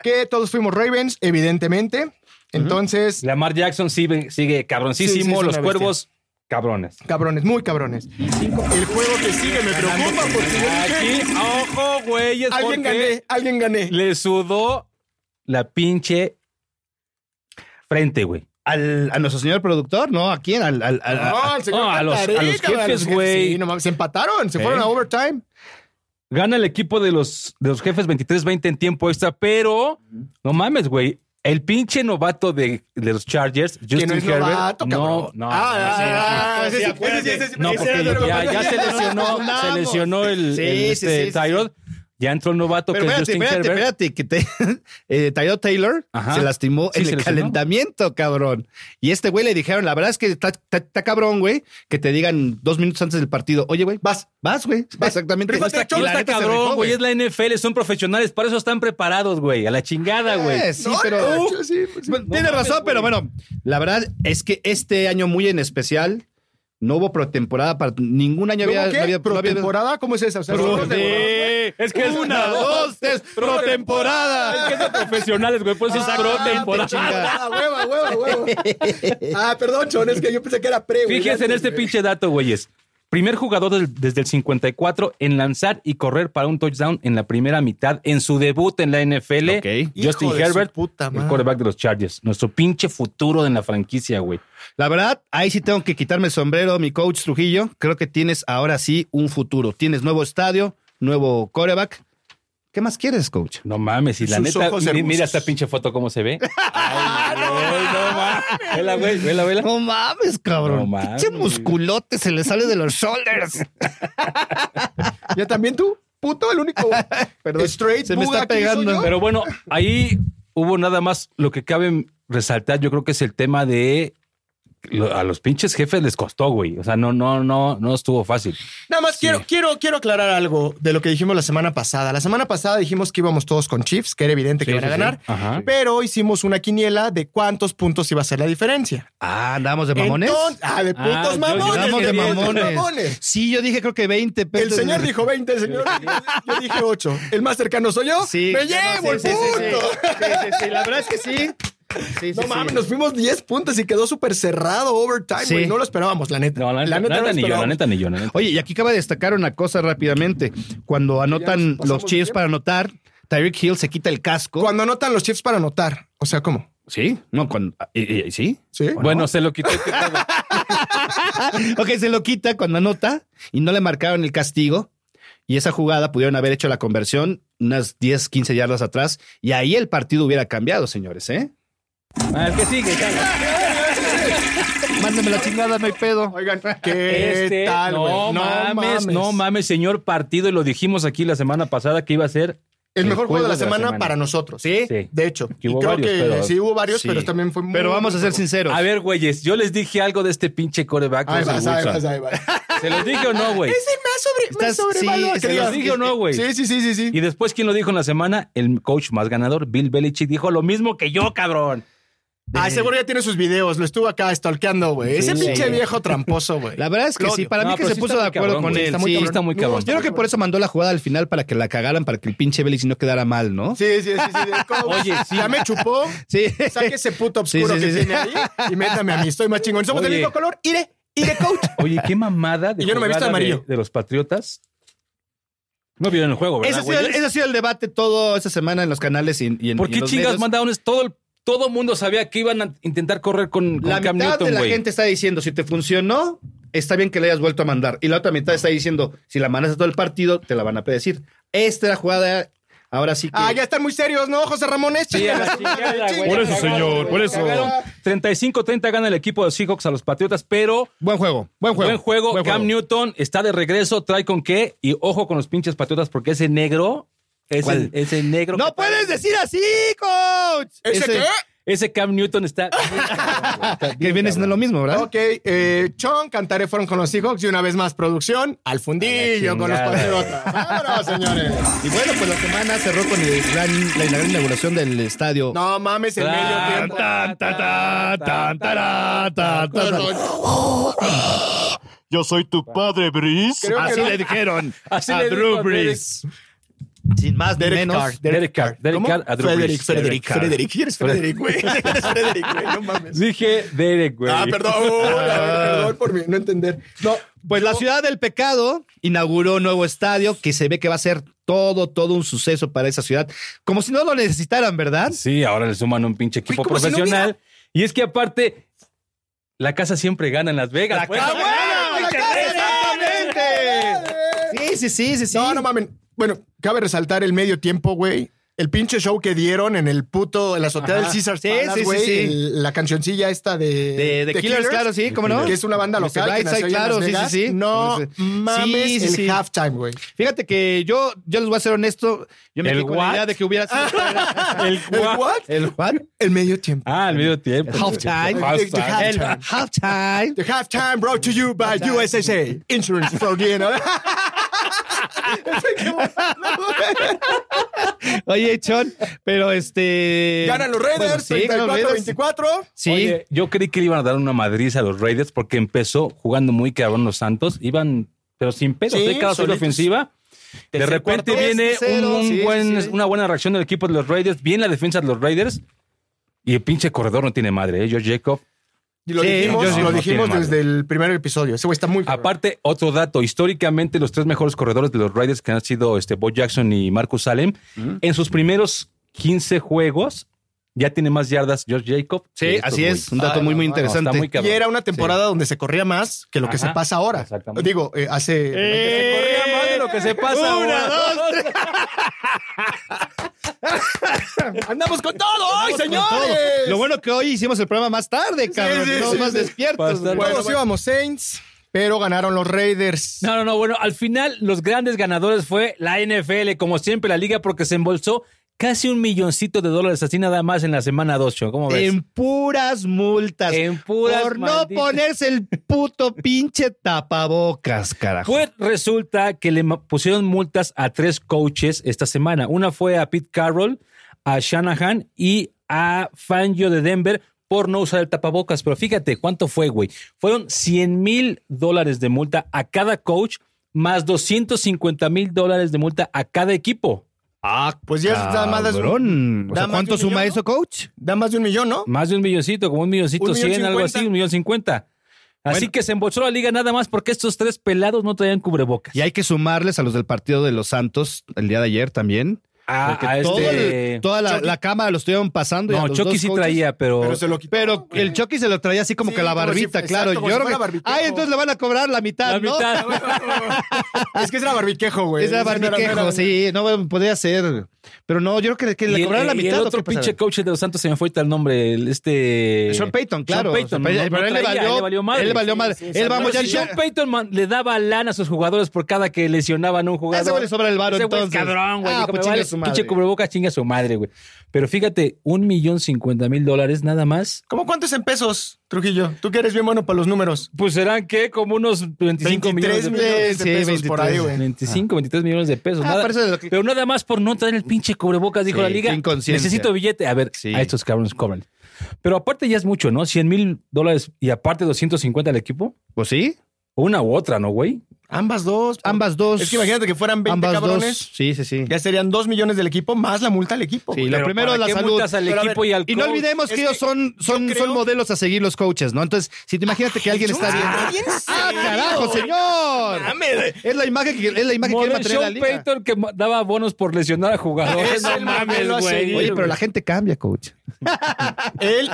[SPEAKER 4] Que todos fuimos Ravens, evidentemente. Entonces,
[SPEAKER 1] Lamar Jackson sigue, sigue cabroncísimo,
[SPEAKER 4] Sí, sí, es una
[SPEAKER 1] los
[SPEAKER 4] bestia.
[SPEAKER 1] cuervos, cabrones.
[SPEAKER 4] cabrones, muy cabrones. El juego que sigue me preocupa porque yo dije,
[SPEAKER 1] Aquí, ojo, güeyes,
[SPEAKER 4] alguien
[SPEAKER 1] porque
[SPEAKER 4] gané, alguien gané.
[SPEAKER 1] le sudó la pinche frente, güey.
[SPEAKER 2] Al, a nuestro señor productor, ¿no? ¿A quién? Al, al, al-
[SPEAKER 4] No, el señor
[SPEAKER 1] Ah, No, a los-
[SPEAKER 4] Cantarelli,
[SPEAKER 1] a los
[SPEAKER 4] cabrón,
[SPEAKER 1] jefes, güey. ¿Eh?
[SPEAKER 4] Sí, no mames, se empataron, se
[SPEAKER 1] Ok.
[SPEAKER 4] fueron a overtime.
[SPEAKER 1] Gana el equipo de los, de los jefes 23-20 en tiempo extra, pero no mames, güey. El pinche novato de, de los Chargers, Justin
[SPEAKER 4] Que no es
[SPEAKER 1] Herbert.
[SPEAKER 4] novato, cabrón.
[SPEAKER 1] no, no.
[SPEAKER 4] Ah,
[SPEAKER 1] no, sí,
[SPEAKER 4] ah,
[SPEAKER 2] sí,
[SPEAKER 4] ese
[SPEAKER 2] sí,
[SPEAKER 4] sí,
[SPEAKER 2] acuérdate.
[SPEAKER 4] ese
[SPEAKER 2] *laughs*
[SPEAKER 4] sí, ese sí,
[SPEAKER 1] No,
[SPEAKER 4] ese
[SPEAKER 1] porque
[SPEAKER 4] era
[SPEAKER 1] ya,
[SPEAKER 4] otro
[SPEAKER 1] ya
[SPEAKER 4] compañero.
[SPEAKER 1] se lesionó,
[SPEAKER 2] Andamos.
[SPEAKER 1] se lesionó el,
[SPEAKER 2] Sí,
[SPEAKER 1] el,
[SPEAKER 2] sí,
[SPEAKER 1] este,
[SPEAKER 2] sí, sí.
[SPEAKER 1] Tyrod. Ya entró el novato
[SPEAKER 2] Pero
[SPEAKER 1] que
[SPEAKER 2] espérate,
[SPEAKER 1] es Justin
[SPEAKER 2] espérate,
[SPEAKER 1] Herbert.
[SPEAKER 2] espérate, que te, *laughs* eh, Tyrod Taylor
[SPEAKER 1] Ajá.
[SPEAKER 2] se lastimó
[SPEAKER 1] Sí,
[SPEAKER 2] en
[SPEAKER 1] se
[SPEAKER 2] el
[SPEAKER 1] lesionó.
[SPEAKER 2] calentamiento, cabrón. Y este güey le dijeron, la verdad es que está, está- está cabrón, güey, que te digan dos minutos antes del partido, oye, güey, vas, vas, güey. Exactamente.
[SPEAKER 1] No está, no
[SPEAKER 2] La
[SPEAKER 1] está
[SPEAKER 2] neta se
[SPEAKER 1] cabrón,
[SPEAKER 2] rifó,
[SPEAKER 1] güey. Es la NFL, son profesionales, para eso están preparados, güey. A la chingada, güey.
[SPEAKER 2] Eh, sí,
[SPEAKER 4] No,
[SPEAKER 2] pero...
[SPEAKER 4] no, sí, pues, sí.
[SPEAKER 2] Bueno, tiene
[SPEAKER 1] mames, güey.
[SPEAKER 2] razón, pero bueno, la verdad es que este año muy en especial no hubo pretemporada para ningún año
[SPEAKER 4] ¿Cómo
[SPEAKER 2] había,
[SPEAKER 4] qué?
[SPEAKER 2] no había- no había-
[SPEAKER 4] ¿Protemporada? ¿Cómo es esa? O sea,
[SPEAKER 2] Pro-
[SPEAKER 4] ¿son temporadas?
[SPEAKER 1] Eh, es que es *laughs*
[SPEAKER 2] Una, dos, tres,
[SPEAKER 1] Es que
[SPEAKER 2] protemporada. Ah,
[SPEAKER 1] es de profesionales, güey. Por eso es pro temporada.
[SPEAKER 4] Ah, hueva, hueva, hueva. Ah, perdón, Chon, es que yo pensé que era pre. güey.
[SPEAKER 1] Fíjense en este pinche dato, güeyes. Primer jugador del- desde el 54 en lanzar y correr para un touchdown en la primera mitad en su debut en la NFL.
[SPEAKER 2] Ok.
[SPEAKER 1] Justin
[SPEAKER 4] Hijo de su
[SPEAKER 1] Herbert,
[SPEAKER 4] puta
[SPEAKER 1] el
[SPEAKER 4] madre.
[SPEAKER 1] quarterback de los Chargers. Nuestro pinche futuro en la franquicia, güey.
[SPEAKER 2] La verdad, ahí sí tengo que quitarme el sombrero, mi coach Trujillo. Creo que tienes ahora sí un futuro. Tienes nuevo estadio, nuevo coreback. ¿Qué más quieres, coach?
[SPEAKER 1] No mames, y la
[SPEAKER 4] Sus
[SPEAKER 1] neta,
[SPEAKER 4] ojos
[SPEAKER 1] mi-
[SPEAKER 4] hermosos.
[SPEAKER 1] mira esta pinche foto cómo
[SPEAKER 4] *laughs*
[SPEAKER 1] se ve. Ay, güey, no mames. Vela, güey, vela, vela.
[SPEAKER 2] No mames, cabrón.
[SPEAKER 1] No mames.
[SPEAKER 2] Pinche musculote se le sale de los shoulders.
[SPEAKER 4] Ya también tú, puto, el único.
[SPEAKER 2] Perdón,
[SPEAKER 4] Straight
[SPEAKER 2] se me
[SPEAKER 4] Buda
[SPEAKER 2] está
[SPEAKER 4] aquí soy
[SPEAKER 2] pegando.
[SPEAKER 4] yo.
[SPEAKER 1] Pero bueno, ahí hubo nada más lo que cabe resaltar, yo creo que es el tema de lo- a los pinches jefes les costó, güey. O sea, no, no, no, no estuvo fácil.
[SPEAKER 4] Nada más quiero, quiero, quiero aclarar algo de lo que dijimos la semana pasada. La semana pasada dijimos que íbamos todos con Chiefs, que era evidente que
[SPEAKER 2] Sí,
[SPEAKER 4] iban a
[SPEAKER 2] sí, sí.
[SPEAKER 4] ganar,
[SPEAKER 1] Ajá.
[SPEAKER 4] pero hicimos una quiniela de cuántos puntos iba a ser la diferencia.
[SPEAKER 2] Ah, andamos de mamones.
[SPEAKER 4] Entonces- ah, de
[SPEAKER 1] Ah,
[SPEAKER 4] putos
[SPEAKER 1] yo-
[SPEAKER 4] mamones.
[SPEAKER 2] Andamos de
[SPEAKER 4] putos
[SPEAKER 2] mamones.
[SPEAKER 4] mamones.
[SPEAKER 2] Sí, yo dije creo que 20 pero-
[SPEAKER 4] El señor dijo 20, el señor. Yo dije 8. El más cercano soy yo.
[SPEAKER 2] Sí.
[SPEAKER 4] me
[SPEAKER 2] yo
[SPEAKER 4] llevo
[SPEAKER 2] no,
[SPEAKER 4] el
[SPEAKER 2] sí, sí,
[SPEAKER 4] punto.
[SPEAKER 2] sí, Sí, sí, sí, la verdad es que sí. Sí, sí,
[SPEAKER 4] No
[SPEAKER 2] sí.
[SPEAKER 4] mames, nos fuimos 10 puntos y quedó súper cerrado overtime,
[SPEAKER 2] Sí.
[SPEAKER 4] güey. No lo esperábamos, la neta.
[SPEAKER 1] No, la neta, la
[SPEAKER 4] no
[SPEAKER 1] neta
[SPEAKER 4] lo
[SPEAKER 1] ni yo, la
[SPEAKER 4] esperábamos.
[SPEAKER 1] neta ni yo, la neta.
[SPEAKER 2] Oye, y aquí acaba de destacar una cosa rápidamente. Cuando anotan
[SPEAKER 4] pasamos
[SPEAKER 2] los
[SPEAKER 4] de
[SPEAKER 2] Chiefs
[SPEAKER 4] tiempo.
[SPEAKER 2] para anotar, Tyreek Hill se quita el casco.
[SPEAKER 4] Cuando anotan los Chiefs para anotar. O sea, ¿cómo?
[SPEAKER 2] Sí, no, cuando. eh, eh, ¿Sí?
[SPEAKER 4] ¿Sí?
[SPEAKER 1] Bueno, se lo quitó.
[SPEAKER 2] Ok, se lo quita cuando anota y no le marcaron el castigo. Y esa jugada pudieron haber hecho la conversión unas 10, 15 yardas atrás. Y ahí el partido hubiera cambiado, señores, ¿eh?
[SPEAKER 1] *laughs* Ah, el que sigue. ya.
[SPEAKER 2] Mándame la chingada, no hay pedo.
[SPEAKER 4] Oigan,
[SPEAKER 1] *laughs*
[SPEAKER 4] ¿qué
[SPEAKER 1] Este,
[SPEAKER 4] tal, güey?
[SPEAKER 1] no, mames, no mames, señor partido. Y lo dijimos aquí la semana pasada que iba a ser
[SPEAKER 4] El mejor juego de la, semana,
[SPEAKER 1] semana.
[SPEAKER 4] para nosotros.
[SPEAKER 2] Sí.
[SPEAKER 1] Sí.
[SPEAKER 4] De hecho,
[SPEAKER 1] Que hubo
[SPEAKER 4] y creo
[SPEAKER 1] varios,
[SPEAKER 4] que
[SPEAKER 1] pero-
[SPEAKER 4] sí hubo varios,
[SPEAKER 2] Sí.
[SPEAKER 4] pero también fue muy.
[SPEAKER 2] Pero vamos a ser sinceros.
[SPEAKER 1] A ver, güeyes, yo les dije algo de este pinche coreback.
[SPEAKER 4] Ahí
[SPEAKER 1] Russell
[SPEAKER 4] vas, ahí
[SPEAKER 1] Wilson.
[SPEAKER 4] vas, ahí vas.
[SPEAKER 1] ¿Se los dije o no, güey?
[SPEAKER 4] Ese me ha sobre- me
[SPEAKER 2] Estás-
[SPEAKER 4] sobrevalorado.
[SPEAKER 2] sí,
[SPEAKER 4] Que
[SPEAKER 2] se
[SPEAKER 4] digas,
[SPEAKER 1] los dije o no, güey.
[SPEAKER 4] Sí, sí, sí, sí. sí.
[SPEAKER 1] Y después, ¿quién lo dijo en la semana? El coach más ganador, Bill Belichick, dijo lo mismo que yo, cabrón.
[SPEAKER 4] Ay, seguro ya tiene sus videos. Lo estuvo acá stalkeando, güey. Ese
[SPEAKER 2] Sí.
[SPEAKER 4] pinche viejo tramposo, güey.
[SPEAKER 2] La verdad es que
[SPEAKER 4] Lo
[SPEAKER 2] sí,
[SPEAKER 4] odio.
[SPEAKER 2] para
[SPEAKER 1] No,
[SPEAKER 2] mí que
[SPEAKER 1] pero
[SPEAKER 2] se
[SPEAKER 1] sí
[SPEAKER 2] puso
[SPEAKER 1] está
[SPEAKER 2] de
[SPEAKER 1] muy
[SPEAKER 2] acuerdo
[SPEAKER 1] cabrón,
[SPEAKER 2] con
[SPEAKER 1] güey.
[SPEAKER 2] él.
[SPEAKER 1] Está muy
[SPEAKER 2] sí.
[SPEAKER 1] cabrón. Está muy cabrón.
[SPEAKER 2] Yo creo que por eso mandó la jugada al final para que la cagaran, para que el pinche Bélix no quedara mal, ¿no?
[SPEAKER 4] Sí, sí, sí. sí, *laughs* de- ¿cómo?
[SPEAKER 1] Oye, sí.
[SPEAKER 4] Ya me chupó.
[SPEAKER 1] *laughs*
[SPEAKER 2] Sí.
[SPEAKER 4] Saque ese puto obscuro
[SPEAKER 2] Sí, sí,
[SPEAKER 4] que
[SPEAKER 2] sí, sí.
[SPEAKER 4] tiene ahí y métame a mí. Estoy más chingón. Somos del
[SPEAKER 1] Oye.
[SPEAKER 4] mismo color. Ire, ire, coach.
[SPEAKER 1] Oye, qué mamada de
[SPEAKER 4] Y yo no me he visto
[SPEAKER 1] jugada
[SPEAKER 4] amarillo.
[SPEAKER 1] de, de los Patriotas. No vieron el juego,
[SPEAKER 2] Ese
[SPEAKER 1] ¿verdad,
[SPEAKER 2] ha, sido el,
[SPEAKER 1] güeyes?
[SPEAKER 2] ese ha sido el debate todo esta semana en los canales y, y en
[SPEAKER 1] ¿Por
[SPEAKER 2] y en
[SPEAKER 1] qué
[SPEAKER 2] los
[SPEAKER 1] chingas
[SPEAKER 2] medios.
[SPEAKER 1] mandaron es- todo el todo mundo sabía que iban a intentar correr con, con
[SPEAKER 2] La
[SPEAKER 1] Cam
[SPEAKER 2] mitad
[SPEAKER 1] Newton,
[SPEAKER 2] de la
[SPEAKER 1] güey.
[SPEAKER 2] gente está diciendo, si te funcionó, está bien que le hayas vuelto a mandar. Y la otra mitad está diciendo, si la mandas a todo el partido, te la van a predecir. Esta era jugada, ahora sí que...
[SPEAKER 4] Ah, ya están muy serios, ¿no, José Ramón? Este Es
[SPEAKER 1] Sí, a la
[SPEAKER 4] *laughs* chingas,
[SPEAKER 1] chingada,
[SPEAKER 4] chingas.
[SPEAKER 1] güey.
[SPEAKER 2] Por eso,
[SPEAKER 1] Cagaron,
[SPEAKER 2] señor,
[SPEAKER 1] güey,
[SPEAKER 2] por eso.
[SPEAKER 1] cagaron. 35-30 gana el equipo de los Seahawks a los Patriotas, pero
[SPEAKER 2] Buen juego, buen juego.
[SPEAKER 1] buen juego.
[SPEAKER 2] buen
[SPEAKER 1] Cam Newton está de regreso, trae con qué y ojo con los pinches Patriotas porque ese negro, ese,
[SPEAKER 2] ¿Cuál?
[SPEAKER 1] ese negro.
[SPEAKER 2] ¡No
[SPEAKER 1] que-
[SPEAKER 2] puedes decir así, coach!
[SPEAKER 4] ¿Ese qué?
[SPEAKER 1] Ese Cam Newton
[SPEAKER 2] *laughs*
[SPEAKER 1] está.
[SPEAKER 2] Que viene siendo lo mismo, ¿verdad?
[SPEAKER 4] Ok, eh, Chon, cantaré fueron con los Seahawks y una vez más producción al fundillo con los
[SPEAKER 2] chingada.
[SPEAKER 4] patriotas. Vámonos, señores.
[SPEAKER 2] Y bueno, pues la semana cerró con el gran- la gran inauguración del estadio.
[SPEAKER 4] No mames, el medio
[SPEAKER 1] Tan,
[SPEAKER 4] tiempo.
[SPEAKER 1] tan, tan, tan, tan, tará, tan, tan.
[SPEAKER 6] Yo soy tu padre, Brice.
[SPEAKER 4] Creo que
[SPEAKER 2] Así
[SPEAKER 4] no.
[SPEAKER 2] le *laughs* dijeron
[SPEAKER 1] Así
[SPEAKER 2] a
[SPEAKER 1] le dijo a
[SPEAKER 2] Drew
[SPEAKER 1] Derek-
[SPEAKER 2] Brees. Sin más ni menos.
[SPEAKER 4] Carr,
[SPEAKER 1] Derek Carr. Derek
[SPEAKER 4] ¿Cómo?
[SPEAKER 1] Carr a Drew Brees.
[SPEAKER 4] Frederick, Frederick,
[SPEAKER 1] Derek Carr.
[SPEAKER 4] Frederick. ¿Quién eres Frederick, güey? ¿Quién eres Frederick, güey? No mames.
[SPEAKER 1] Dije Derek, güey.
[SPEAKER 4] Ah, perdón. Uy, a ver, perdón por mí, no entender. No,
[SPEAKER 2] Pues la ciudad del pecado inauguró un nuevo estadio que se ve que va a ser todo, todo un suceso para esa ciudad. Como si no lo necesitaran, ¿verdad?
[SPEAKER 1] *laughs* Sí, ahora le suman un pinche equipo
[SPEAKER 4] Güey, como si no
[SPEAKER 1] profesional. y es que aparte, la casa siempre gana en Las Vegas.
[SPEAKER 2] La
[SPEAKER 1] pues.
[SPEAKER 2] casa-
[SPEAKER 1] ¡Ah, güey!
[SPEAKER 2] ¡La casa!
[SPEAKER 4] ¡Exactamente!
[SPEAKER 2] Sí, sí, sí, sí. sí.
[SPEAKER 4] No, no mames. Bueno, cabe resaltar el medio tiempo, güey. El pinche show que dieron en el puto, en la azotea
[SPEAKER 1] Ajá.
[SPEAKER 4] del Caesar
[SPEAKER 2] Sí,
[SPEAKER 4] Palace,
[SPEAKER 2] sí, sí,
[SPEAKER 4] güey.
[SPEAKER 2] sí.
[SPEAKER 4] el- La cancioncilla esta de...
[SPEAKER 2] De, de
[SPEAKER 4] The
[SPEAKER 2] Killers, claro, sí, cómo no.
[SPEAKER 4] Que es una banda
[SPEAKER 2] Mr.
[SPEAKER 4] local. que
[SPEAKER 2] Brightside,
[SPEAKER 4] nació allá en
[SPEAKER 2] claro,
[SPEAKER 4] Las
[SPEAKER 2] sí,
[SPEAKER 4] Vegas.
[SPEAKER 2] sí, sí.
[SPEAKER 4] No
[SPEAKER 2] Sí, sí,
[SPEAKER 4] mames
[SPEAKER 2] sí,
[SPEAKER 4] el
[SPEAKER 2] sí.
[SPEAKER 4] halftime, güey.
[SPEAKER 2] Fíjate que yo, yo les voy a ser honesto. Yo me
[SPEAKER 1] ¿El
[SPEAKER 2] quedé con la
[SPEAKER 1] what?
[SPEAKER 2] idea de que hubiera
[SPEAKER 1] El
[SPEAKER 2] sido.
[SPEAKER 4] ¿El
[SPEAKER 1] guau.
[SPEAKER 4] what?
[SPEAKER 2] ¿El what?
[SPEAKER 4] El medio tiempo.
[SPEAKER 1] Ah, el medio tiempo.
[SPEAKER 2] Halftime.
[SPEAKER 1] Halftime.
[SPEAKER 4] Halftime.
[SPEAKER 2] El halftime.
[SPEAKER 4] The halftime brought to you by USSA Insurance for the End.
[SPEAKER 2] Oye, Chon, pero este.
[SPEAKER 4] Ganan los Raiders,
[SPEAKER 2] Bueno, sí, ganan los Raiders.
[SPEAKER 4] 34-24.
[SPEAKER 2] Sí.
[SPEAKER 1] Oye, yo creí que le iban a dar una madriz a los Raiders porque empezó jugando muy cabrón los Santos. Iban, pero sin pedos,
[SPEAKER 4] Sí,
[SPEAKER 1] de cada sola
[SPEAKER 4] solitos.
[SPEAKER 1] ofensiva. De
[SPEAKER 2] Tercer
[SPEAKER 1] repente
[SPEAKER 2] cuarto,
[SPEAKER 1] viene
[SPEAKER 2] 3-0,
[SPEAKER 1] un
[SPEAKER 2] sí,
[SPEAKER 1] buen-
[SPEAKER 2] sí, sí.
[SPEAKER 1] una buena reacción del equipo de los Raiders, bien la defensa de los Raiders. Y el pinche corredor no tiene madre, ¿eh? George Jacob.
[SPEAKER 4] *laughs* Y lo
[SPEAKER 2] Sí,
[SPEAKER 4] dijimos,
[SPEAKER 2] yo sí,
[SPEAKER 4] lo
[SPEAKER 1] no
[SPEAKER 4] dijimos
[SPEAKER 1] tiene
[SPEAKER 4] desde el primer episodio. Ese güey está muy... cabrón.
[SPEAKER 1] Aparte, otro dato. Históricamente, los tres mejores corredores de los Raiders, que han sido este, Bo Jackson y Marcus Salem, en sus primeros 15 juegos ya tiene más yardas George Jacob. que
[SPEAKER 2] Sí,
[SPEAKER 1] estos
[SPEAKER 2] así es.
[SPEAKER 1] güeyes.
[SPEAKER 2] Un dato
[SPEAKER 4] Ay,
[SPEAKER 2] muy, muy
[SPEAKER 4] no, no,
[SPEAKER 1] está
[SPEAKER 2] interesante.
[SPEAKER 1] muy
[SPEAKER 4] Y
[SPEAKER 1] cabrón.
[SPEAKER 4] era una temporada donde se corría más que lo que
[SPEAKER 1] Ajá.
[SPEAKER 4] se pasa ahora.
[SPEAKER 1] Exactamente.
[SPEAKER 4] Digo, eh, hace...
[SPEAKER 1] Se corría más de
[SPEAKER 4] ¡Eh,
[SPEAKER 1] lo que se pasa.
[SPEAKER 2] Una,
[SPEAKER 1] ahora.
[SPEAKER 2] dos,
[SPEAKER 4] ¡Andamos con todo hoy, señores!
[SPEAKER 2] Todo. Lo bueno que hoy hicimos el programa más tarde, cabrón.
[SPEAKER 4] sí,
[SPEAKER 2] no
[SPEAKER 4] sí,
[SPEAKER 2] más
[SPEAKER 4] sí.
[SPEAKER 2] despiertos.
[SPEAKER 1] Bastante.
[SPEAKER 2] güey.
[SPEAKER 1] Bueno,
[SPEAKER 4] Todos íbamos Saints, pero ganaron los Raiders.
[SPEAKER 1] No, no, no. Bueno, al final, los grandes ganadores fue la NFL, como siempre, la liga, porque se embolsó casi un milloncito de dólares así nada más en la semana 2, ¿Cómo ves?
[SPEAKER 2] En puras multas.
[SPEAKER 1] En puras
[SPEAKER 2] Por no
[SPEAKER 1] malditas.
[SPEAKER 2] ponerse el puto pinche tapabocas, carajo.
[SPEAKER 1] Pues resulta que le ma- pusieron multas a tres coaches esta semana. Una fue a Pete Carroll, a Shanahan y a Fangio de Denver por no usar el tapabocas. Pero fíjate cuánto fue, güey. Fueron 100 mil dólares de multa a cada coach, más 250 mil dólares de multa a cada equipo.
[SPEAKER 2] Ah,
[SPEAKER 4] Pues ya es nada más de-
[SPEAKER 2] cabrón. O
[SPEAKER 4] nada
[SPEAKER 2] sea,
[SPEAKER 4] más
[SPEAKER 2] ¿cuánto
[SPEAKER 4] de un
[SPEAKER 2] suma
[SPEAKER 4] millón,
[SPEAKER 2] eso, coach?
[SPEAKER 4] Da más de un millón, ¿no?
[SPEAKER 1] Más de un milloncito, como un milloncito
[SPEAKER 4] Un millón
[SPEAKER 1] 100, algo
[SPEAKER 4] cincuenta.
[SPEAKER 1] así, un millón 50. Así que se embolsó la liga nada más porque estos tres pelados no traían cubrebocas.
[SPEAKER 2] Y hay que sumarles a los del partido de los Santos el día de ayer también.
[SPEAKER 1] A-
[SPEAKER 2] Porque
[SPEAKER 1] a
[SPEAKER 2] ah, todo
[SPEAKER 1] este-
[SPEAKER 2] el- toda la,
[SPEAKER 4] Chucky.
[SPEAKER 2] la cámara lo estuvieron pasando. y a
[SPEAKER 1] No,
[SPEAKER 2] los
[SPEAKER 1] Chucky
[SPEAKER 2] dos
[SPEAKER 1] sí
[SPEAKER 2] coaches-
[SPEAKER 1] traía,
[SPEAKER 4] Pero se lo quitó.
[SPEAKER 2] Pero
[SPEAKER 4] güey.
[SPEAKER 2] el Chucky se lo traía así como
[SPEAKER 4] Sí,
[SPEAKER 2] que la
[SPEAKER 4] como si-
[SPEAKER 2] barbita,
[SPEAKER 4] exacto,
[SPEAKER 2] claro.
[SPEAKER 4] como
[SPEAKER 2] Yo
[SPEAKER 4] si
[SPEAKER 2] creo
[SPEAKER 4] fuera
[SPEAKER 2] que-
[SPEAKER 4] barbitejo.
[SPEAKER 2] Ay, entonces le van a cobrar la mitad,
[SPEAKER 1] La
[SPEAKER 2] *laughs* ¿no? Ah,
[SPEAKER 1] mitad.
[SPEAKER 4] es que es era barbiquejo,
[SPEAKER 2] *laughs*
[SPEAKER 4] güey.
[SPEAKER 2] Es la
[SPEAKER 4] Ese no era- no
[SPEAKER 2] barbiquejo,
[SPEAKER 4] era-
[SPEAKER 2] sí, no bueno, podría ser. Pero no, yo creo que, que
[SPEAKER 1] Y
[SPEAKER 2] le
[SPEAKER 1] el-
[SPEAKER 2] cobraron la
[SPEAKER 1] y
[SPEAKER 2] mitad.
[SPEAKER 1] El
[SPEAKER 2] ¿o
[SPEAKER 1] otro
[SPEAKER 2] qué pasará?
[SPEAKER 1] pinche coach de los Santos se me fue ahorita el nombre. el- Este.
[SPEAKER 2] Sean Payton, claro.
[SPEAKER 1] Sean Payton.
[SPEAKER 2] Pero
[SPEAKER 1] no- no
[SPEAKER 2] él le
[SPEAKER 1] traía,
[SPEAKER 2] valió,
[SPEAKER 1] le valió madre.
[SPEAKER 2] Él le valió madre. él
[SPEAKER 1] Pero
[SPEAKER 2] vamos ya.
[SPEAKER 1] si Sean Payton man, le daba lana a sus jugadores por cada que lesionaban a un jugador.
[SPEAKER 2] Ese güey le sobra el varo,
[SPEAKER 1] Ese güey es
[SPEAKER 2] entonces.
[SPEAKER 1] cabrón, güey.
[SPEAKER 2] Ah,
[SPEAKER 1] Dijo,
[SPEAKER 2] pues
[SPEAKER 1] me
[SPEAKER 2] chinga
[SPEAKER 1] vale,
[SPEAKER 2] su madre.
[SPEAKER 1] Pinche cubrebocas chinga su madre, güey. Pero fíjate, un millón cincuenta mil dólares nada más.
[SPEAKER 4] ¿Cómo cuánto es en pesos? Trujillo, tú que eres bien bueno para los números.
[SPEAKER 1] Pues serán que como unos 25 millones
[SPEAKER 4] 23
[SPEAKER 1] de
[SPEAKER 4] millones de pesos
[SPEAKER 2] Sí,
[SPEAKER 4] por ahí, güey.
[SPEAKER 1] 25, 23 millones de pesos.
[SPEAKER 2] Ah,
[SPEAKER 1] pues, Nada-
[SPEAKER 2] pero eso es lo que-
[SPEAKER 1] Pero nada más por no traer el pinche cubrebocas, dijo
[SPEAKER 2] Sí,
[SPEAKER 1] la liga.
[SPEAKER 2] qué inconsciencia.
[SPEAKER 1] Necesito billete. A ver,
[SPEAKER 2] Sí.
[SPEAKER 1] a estos cabrones cobran. Pero aparte ya es mucho, ¿no? 100 mil dólares y aparte 250 al equipo.
[SPEAKER 2] Pues sí,
[SPEAKER 1] Una u otra, ¿no, güey?
[SPEAKER 4] Ambas dos.
[SPEAKER 2] ambas dos.
[SPEAKER 4] Es que imagínate que fueran 20
[SPEAKER 2] ambas
[SPEAKER 4] cabrones.
[SPEAKER 2] dos. Sí, sí, sí.
[SPEAKER 4] Ya serían 2 millones del equipo más la multa al equipo.
[SPEAKER 2] Sí,
[SPEAKER 4] güey.
[SPEAKER 2] lo
[SPEAKER 1] Pero
[SPEAKER 2] primero
[SPEAKER 1] ¿para
[SPEAKER 2] la
[SPEAKER 1] qué
[SPEAKER 2] salud.
[SPEAKER 1] multas al
[SPEAKER 2] Pero a
[SPEAKER 1] equipo y al
[SPEAKER 2] y no
[SPEAKER 1] coach?
[SPEAKER 2] olvidemos que
[SPEAKER 4] Es
[SPEAKER 2] ellos
[SPEAKER 4] que
[SPEAKER 2] son, son,
[SPEAKER 4] creo-
[SPEAKER 2] son modelos a seguir los coaches, ¿no? Entonces, si te imagínate que alguien está viendo.
[SPEAKER 4] ¿alguien
[SPEAKER 2] ¡Ah,
[SPEAKER 4] serio?
[SPEAKER 2] carajo, señor!
[SPEAKER 4] Mames.
[SPEAKER 2] Es la imagen que, es la imagen que quiere
[SPEAKER 1] Model
[SPEAKER 2] mantener la
[SPEAKER 1] Sean
[SPEAKER 2] liga.
[SPEAKER 1] Payton que ma- daba bonos por lesionar a jugadores.
[SPEAKER 4] Es el modelo a seguir,
[SPEAKER 2] Oye, pero la gente cambia, coach.
[SPEAKER 4] Él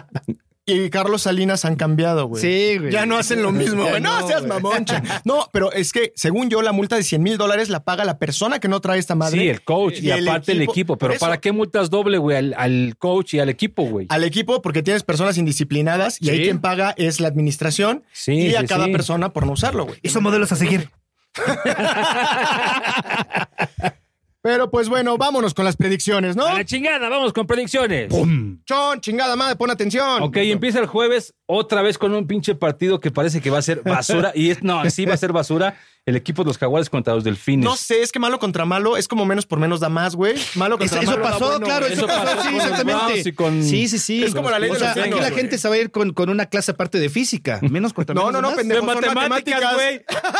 [SPEAKER 4] y Carlos Salinas han cambiado, güey.
[SPEAKER 2] Sí, güey.
[SPEAKER 4] Ya no hacen lo mismo,
[SPEAKER 2] Ya
[SPEAKER 4] güey. No,
[SPEAKER 2] no,
[SPEAKER 4] seas
[SPEAKER 2] güey.
[SPEAKER 4] mamoncha. No, pero es que, según yo, la multa de 100 mil dólares la paga la persona que no trae esta madre.
[SPEAKER 1] Sí, el coach y,
[SPEAKER 4] Y el
[SPEAKER 1] aparte el
[SPEAKER 4] equipo.
[SPEAKER 1] equipo.
[SPEAKER 4] Por
[SPEAKER 1] Pero
[SPEAKER 4] eso.
[SPEAKER 1] ¿para qué multas doble, güey? Al, al coach y al equipo, güey.
[SPEAKER 4] Al equipo, porque tienes personas indisciplinadas y ahí
[SPEAKER 2] Sí.
[SPEAKER 4] quien paga es la administración
[SPEAKER 1] Sí,
[SPEAKER 4] y a
[SPEAKER 1] sí,
[SPEAKER 4] cada
[SPEAKER 1] sí.
[SPEAKER 4] persona por no usarlo, güey.
[SPEAKER 2] Y son modelos a seguir.
[SPEAKER 4] Pero pues bueno, vámonos con las predicciones, ¿no?
[SPEAKER 1] A la chingada, vamos con predicciones.
[SPEAKER 4] Chon, chingada madre, pon atención.
[SPEAKER 1] Ok, empieza el jueves otra vez con un pinche partido que parece que va a ser basura. Y es, no, sí va a ser basura. El equipo de los jaguares contra los delfines.
[SPEAKER 4] No sé, es que malo contra malo es como menos por menos da más, güey. Malo
[SPEAKER 2] Eso,
[SPEAKER 4] contra
[SPEAKER 2] eso
[SPEAKER 4] malo da
[SPEAKER 2] pasó,
[SPEAKER 4] bueno,
[SPEAKER 2] claro,
[SPEAKER 4] güey.
[SPEAKER 2] eso
[SPEAKER 1] Eso
[SPEAKER 2] pasó,
[SPEAKER 1] pasó
[SPEAKER 2] sí,
[SPEAKER 1] con los Browns
[SPEAKER 2] exactamente.
[SPEAKER 1] y con-
[SPEAKER 2] sí, sí, sí.
[SPEAKER 4] Es como la ley
[SPEAKER 2] o
[SPEAKER 4] de
[SPEAKER 2] sea,
[SPEAKER 4] los
[SPEAKER 2] aquí la
[SPEAKER 4] gringos,
[SPEAKER 2] gente se va a ir con, con una clase aparte de física. Menos contra
[SPEAKER 4] No,
[SPEAKER 2] menos
[SPEAKER 4] no, no,
[SPEAKER 2] más.
[SPEAKER 4] pendejo.
[SPEAKER 1] de
[SPEAKER 4] son matemáticas.
[SPEAKER 1] matemáticas, güey.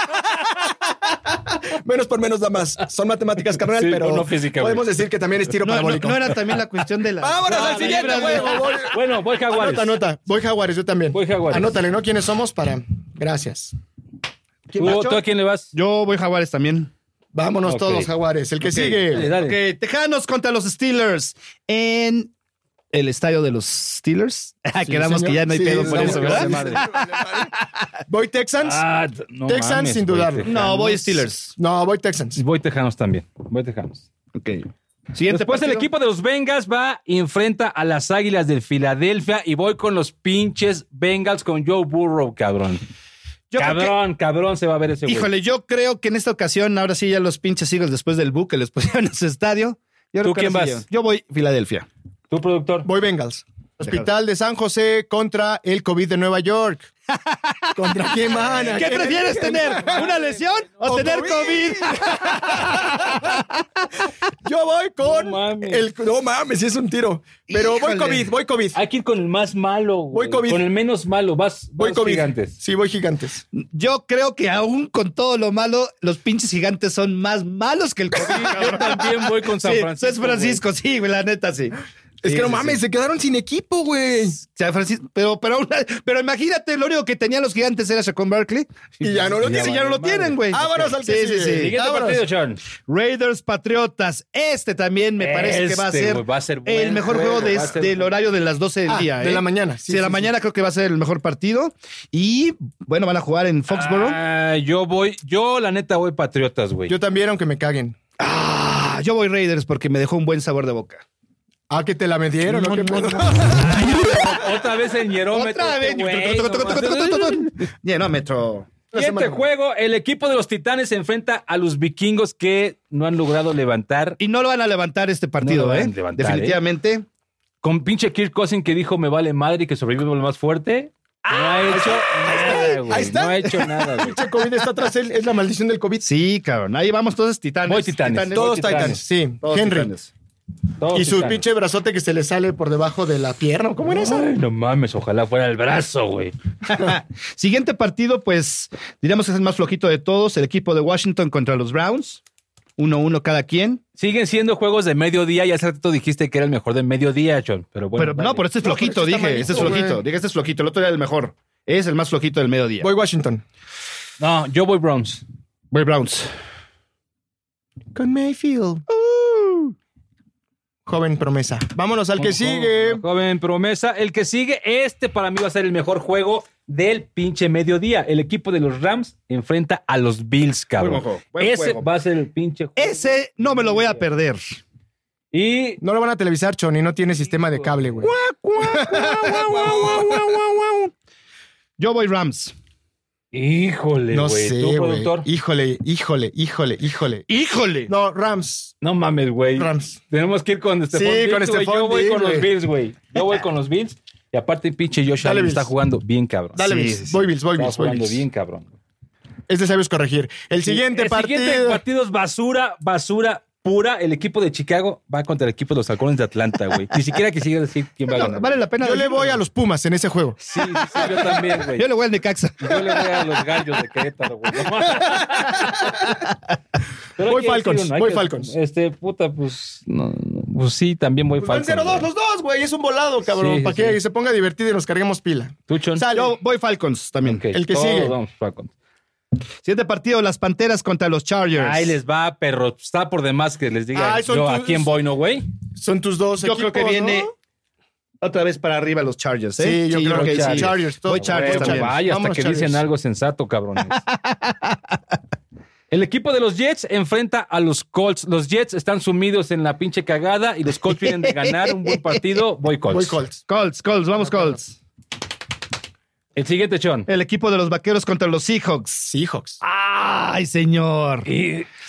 [SPEAKER 4] Menos por menos da más. Son matemáticas, carnal,
[SPEAKER 1] Sí,
[SPEAKER 4] pero
[SPEAKER 1] no física, güey.
[SPEAKER 4] podemos decir que también es tiro
[SPEAKER 2] No, no,
[SPEAKER 4] parabólico.
[SPEAKER 2] no era también la cuestión de la.
[SPEAKER 4] Vámonos al
[SPEAKER 1] Ah,
[SPEAKER 4] siguiente
[SPEAKER 1] libras,
[SPEAKER 4] juego.
[SPEAKER 1] güey.
[SPEAKER 4] Voy-
[SPEAKER 1] Bueno, voy jaguares.
[SPEAKER 4] Anota, anota. Voy Jaguares, yo también.
[SPEAKER 1] Voy Jaguares.
[SPEAKER 4] Anótale, ¿no? ¿Quiénes somos? Para. Gracias. ¿Quién
[SPEAKER 1] ¿Tú,
[SPEAKER 4] más,
[SPEAKER 1] tú
[SPEAKER 4] Chon?
[SPEAKER 1] a quién le vas?
[SPEAKER 2] Yo voy Jaguares también.
[SPEAKER 4] Vámonos
[SPEAKER 1] Ok.
[SPEAKER 4] todos, Jaguares. El que
[SPEAKER 1] Dale,
[SPEAKER 4] sigue.
[SPEAKER 1] dale.
[SPEAKER 2] Ok, Tejanos contra los Steelers en el estadio de los Steelers. *laughs* Ah, Quedamos
[SPEAKER 4] señor.
[SPEAKER 2] que ya no hay
[SPEAKER 4] Sí,
[SPEAKER 2] pedo por
[SPEAKER 4] estamos
[SPEAKER 2] eso,
[SPEAKER 4] que
[SPEAKER 2] ¿verdad?
[SPEAKER 4] vale madre. Voy Texans.
[SPEAKER 1] Ah, t- no
[SPEAKER 4] Texans,
[SPEAKER 1] mames,
[SPEAKER 4] sin
[SPEAKER 1] güey,
[SPEAKER 4] dudarlo.
[SPEAKER 1] Tejanos.
[SPEAKER 2] No, voy Steelers.
[SPEAKER 4] No, voy Texans.
[SPEAKER 1] Voy Tejanos también. Voy Tejanos.
[SPEAKER 2] Ok. Siguiente
[SPEAKER 1] Después el
[SPEAKER 2] partido.
[SPEAKER 1] equipo de los Bengals va y enfrenta a las Águilas del Filadelfia y voy con los pinches Bengals con Joe Burrow, cabrón.
[SPEAKER 2] Yo creo que-
[SPEAKER 1] cabrón, cabrón se va a ver ese güey.
[SPEAKER 2] Híjole, yo creo que en esta ocasión, ahora sí, ya los pinches Eagles después del buque les *laughs* pusieron en su estadio. Yo
[SPEAKER 1] ¿Tú
[SPEAKER 2] creo que
[SPEAKER 1] quién
[SPEAKER 2] ahora
[SPEAKER 1] vas?
[SPEAKER 2] llevan. Yo voy Filadelfia.
[SPEAKER 1] Tu productor.
[SPEAKER 4] Voy Bengals. Hospital de San José contra el COVID de
[SPEAKER 2] *laughs*
[SPEAKER 4] Nueva York. ¿Contra quién van? ¿A
[SPEAKER 2] ¿Qué
[SPEAKER 4] quién?
[SPEAKER 2] prefieres tener?
[SPEAKER 1] *laughs*
[SPEAKER 2] ¿Una lesión o,
[SPEAKER 4] ¿O
[SPEAKER 2] tener
[SPEAKER 4] COVID?
[SPEAKER 2] COVID?
[SPEAKER 4] Yo voy con
[SPEAKER 1] No mames.
[SPEAKER 4] el. No mames, sí es un tiro. Pero
[SPEAKER 2] Híjole.
[SPEAKER 4] voy COVID, voy COVID.
[SPEAKER 1] Hay que ir con el más malo,
[SPEAKER 4] Voy
[SPEAKER 1] güey.
[SPEAKER 4] COVID.
[SPEAKER 1] Con el menos malo. Vas,
[SPEAKER 4] Voy
[SPEAKER 1] vas
[SPEAKER 4] COVID.
[SPEAKER 1] gigantes.
[SPEAKER 4] Sí, voy gigantes.
[SPEAKER 2] Yo creo que aún con todo lo malo, los pinches gigantes son más malos que
[SPEAKER 1] *laughs*
[SPEAKER 2] el COVID.
[SPEAKER 1] Yo también voy con San
[SPEAKER 2] Sí,
[SPEAKER 1] Francisco.
[SPEAKER 2] San Francisco, sí, güey, la neta, sí.
[SPEAKER 4] Es
[SPEAKER 2] Sí,
[SPEAKER 4] que no
[SPEAKER 2] sí,
[SPEAKER 4] mames,
[SPEAKER 2] sí.
[SPEAKER 4] se quedaron sin equipo, güey.
[SPEAKER 2] San Francisco, pero, pero, aún- pero imagínate, lo único que tenían los gigantes era Shaquon Barkley.
[SPEAKER 4] Y ya no lo
[SPEAKER 2] Y ya no
[SPEAKER 4] tienen.
[SPEAKER 2] lo
[SPEAKER 1] madre.
[SPEAKER 2] tienen, güey.
[SPEAKER 4] Vámonos al
[SPEAKER 2] Sí,
[SPEAKER 4] que
[SPEAKER 2] sí,
[SPEAKER 4] sigue.
[SPEAKER 2] sí.
[SPEAKER 1] güey. Siguiente
[SPEAKER 4] Vámonos.
[SPEAKER 1] partido, Sean.
[SPEAKER 2] Raiders Patriotas. Este también me parece que va a
[SPEAKER 1] Este,
[SPEAKER 2] ser,
[SPEAKER 1] güey, va a ser
[SPEAKER 2] el
[SPEAKER 1] buen
[SPEAKER 2] mejor
[SPEAKER 1] juego,
[SPEAKER 2] juego de-
[SPEAKER 1] va a ser
[SPEAKER 2] del
[SPEAKER 1] buen-
[SPEAKER 2] horario de las 12 del
[SPEAKER 4] Ah,
[SPEAKER 2] día.
[SPEAKER 4] de
[SPEAKER 2] ¿eh?
[SPEAKER 4] la mañana, sí,
[SPEAKER 2] Sí, de la
[SPEAKER 4] sí,
[SPEAKER 2] mañana creo que va a ser el mejor partido. Y bueno, van a jugar en Foxborough.
[SPEAKER 1] Ah, yo voy, yo la neta voy Patriotas, güey.
[SPEAKER 4] Yo también, aunque me caguen.
[SPEAKER 2] Ah, yo voy Raiders porque me dejó un buen sabor de boca.
[SPEAKER 4] Ah, que te la metieron. ¿o qué pedo?
[SPEAKER 1] Otra vez el hierómetro.
[SPEAKER 2] Otra vez.
[SPEAKER 1] este güey, no mames. *laughs*
[SPEAKER 2] Llenómetro.
[SPEAKER 4] La
[SPEAKER 1] Siguiente
[SPEAKER 4] semana.
[SPEAKER 1] juego, el equipo de los Titanes se enfrenta a los vikingos que no han logrado levantar
[SPEAKER 2] Y no lo van a levantar este partido,
[SPEAKER 1] van a
[SPEAKER 2] ¿eh?
[SPEAKER 1] levantar,
[SPEAKER 2] Definitivamente.
[SPEAKER 1] con pinche Kirk Cousin que dijo me vale madre y que sobrevive el más fuerte. No ha hecho nada,
[SPEAKER 4] ahí
[SPEAKER 1] güey.
[SPEAKER 4] está.
[SPEAKER 1] No ha hecho nada, güey.
[SPEAKER 4] Pinche COVID está atrás él. Es la maldición del COVID.
[SPEAKER 2] Sí, cabrón. Ahí vamos todos titanes.
[SPEAKER 1] Voy Titanes.
[SPEAKER 4] Todos
[SPEAKER 1] Titanes.
[SPEAKER 4] Titans. Sí,
[SPEAKER 2] Todos
[SPEAKER 4] Henry.
[SPEAKER 2] Titanes.
[SPEAKER 1] Todos
[SPEAKER 4] Y su
[SPEAKER 1] Titanes.
[SPEAKER 4] pinche brazote que se le sale por debajo de la pierna. ¿Cómo era esa?
[SPEAKER 1] Ay, no mames, ojalá fuera el brazo, güey.
[SPEAKER 2] Siguiente partido, pues diríamos que es el más flojito de todos, el equipo de Washington contra los Browns. 1-1 cada quien.
[SPEAKER 1] Siguen siendo juegos de mediodía y hace ratito dijiste que era el mejor de mediodía, John. Pero bueno.
[SPEAKER 2] pero
[SPEAKER 1] vale.
[SPEAKER 2] no, pero este es
[SPEAKER 4] No, pero
[SPEAKER 2] flojito,
[SPEAKER 4] este está
[SPEAKER 2] dije. Este es
[SPEAKER 4] malito,
[SPEAKER 2] flojito.
[SPEAKER 4] güey.
[SPEAKER 2] Dije, este es flojito. El otro era el mejor. Es el más flojito del mediodía.
[SPEAKER 4] Voy Washington.
[SPEAKER 1] No, yo voy Browns.
[SPEAKER 2] Voy Browns.
[SPEAKER 4] Con Mayfield. Uh. Joven promesa. Vámonos al que sigue.
[SPEAKER 1] Joven promesa. El que sigue, este para mí va a ser el mejor juego del pinche mediodía. El equipo de los Rams enfrenta a los Bills,
[SPEAKER 2] Buen
[SPEAKER 1] cabrón.
[SPEAKER 2] juego, buen
[SPEAKER 1] Ese
[SPEAKER 2] juego.
[SPEAKER 1] va a ser el pinche juego.
[SPEAKER 2] Ese no me lo voy a perder.
[SPEAKER 1] Y
[SPEAKER 4] No lo van a televisar, Choni. No tiene sistema de cable, güey.
[SPEAKER 2] Yo voy Rams.
[SPEAKER 1] Híjole, güey.
[SPEAKER 4] No sé,
[SPEAKER 1] Tú,
[SPEAKER 4] güey.
[SPEAKER 1] productor.
[SPEAKER 4] Híjole, híjole, híjole, híjole.
[SPEAKER 2] ¡Híjole!
[SPEAKER 4] No, Rams.
[SPEAKER 1] No mames, güey.
[SPEAKER 4] Rams.
[SPEAKER 1] Tenemos que ir con Stephon
[SPEAKER 4] Sí,
[SPEAKER 1] Diggs,
[SPEAKER 4] con
[SPEAKER 1] güey.
[SPEAKER 4] Stephon
[SPEAKER 1] Yo voy
[SPEAKER 4] Diggs,
[SPEAKER 1] con los
[SPEAKER 4] güey.
[SPEAKER 1] Bills, güey. Yo voy con los Bills. Y aparte, pinche Josh
[SPEAKER 4] Dale,
[SPEAKER 1] Allen
[SPEAKER 4] Bills.
[SPEAKER 1] está jugando bien cabrón.
[SPEAKER 4] Dale,
[SPEAKER 2] Sí,
[SPEAKER 4] Bills.
[SPEAKER 2] sí, sí.
[SPEAKER 4] Voy, Bills, voy,
[SPEAKER 1] está
[SPEAKER 4] Bills, voy,
[SPEAKER 1] jugando
[SPEAKER 4] Bills.
[SPEAKER 1] bien cabrón.
[SPEAKER 4] Es de sabios corregir. El siguiente
[SPEAKER 1] el
[SPEAKER 4] partido.
[SPEAKER 1] siguiente partido es basura, basura pura. El equipo de Chicago va contra el equipo de los halcones de Atlanta, güey. Ni siquiera quisiera decir quién va a ganar.
[SPEAKER 2] Vale la pena.
[SPEAKER 4] Yo le voy a los Pumas en ese juego.
[SPEAKER 1] Sí, sí, sí, yo también, güey.
[SPEAKER 2] Yo le voy al Necaxa.
[SPEAKER 1] Yo le voy a los gallos de Querétaro, güey. No mames. Pero hay
[SPEAKER 4] Voy
[SPEAKER 1] que
[SPEAKER 4] Falcons,
[SPEAKER 1] decir, ¿no? Hay
[SPEAKER 4] voy
[SPEAKER 1] que-
[SPEAKER 4] Falcons.
[SPEAKER 1] Este, puta, pues, no, no, pues sí, también voy
[SPEAKER 4] Van
[SPEAKER 1] Falcons.
[SPEAKER 4] 0-2
[SPEAKER 1] güey.
[SPEAKER 4] los dos, güey. Es un volado, cabrón.
[SPEAKER 1] Sí, sí,
[SPEAKER 4] Para que
[SPEAKER 1] sí.
[SPEAKER 4] se ponga divertido y nos carguemos pila.
[SPEAKER 1] ¿Tú, Chon?
[SPEAKER 4] Sal,
[SPEAKER 2] Yo voy Falcons también. Oh.
[SPEAKER 1] Ok,
[SPEAKER 4] el que
[SPEAKER 1] todos
[SPEAKER 4] sigue.
[SPEAKER 1] vamos Falcons.
[SPEAKER 2] Siguiente partido, las Panteras contra los Chargers.
[SPEAKER 1] Ahí les va, perro. Está por demás que les diga
[SPEAKER 4] Ay, Ah, son
[SPEAKER 1] yo a
[SPEAKER 4] tus-
[SPEAKER 1] quién voy, ¿no, güey?
[SPEAKER 4] Son tus dos
[SPEAKER 2] Yo
[SPEAKER 4] equipos,
[SPEAKER 2] creo que viene
[SPEAKER 4] ¿no?
[SPEAKER 2] otra vez para arriba los Chargers, ¿eh?
[SPEAKER 4] Sí, yo creo que
[SPEAKER 1] Chargers.
[SPEAKER 4] sí. Chargers. todo.
[SPEAKER 2] Voy Chargers
[SPEAKER 1] Bueno,
[SPEAKER 2] también.
[SPEAKER 1] Pues, Vaya, hasta
[SPEAKER 4] Vámonos,
[SPEAKER 1] que
[SPEAKER 4] Chargers.
[SPEAKER 1] dicen algo sensato, cabrones. El equipo de los Jets enfrenta a los Colts. Los Jets están sumidos en la pinche cagada y los Colts vienen de ganar un buen partido. Voy Colts.
[SPEAKER 4] Voy Colts.
[SPEAKER 2] Colts, Colts, vamos Colts.
[SPEAKER 1] El siguiente, Chon.
[SPEAKER 2] El equipo de los Vaqueros contra los Seahawks.
[SPEAKER 4] Seahawks.
[SPEAKER 2] ¡Ay, señor!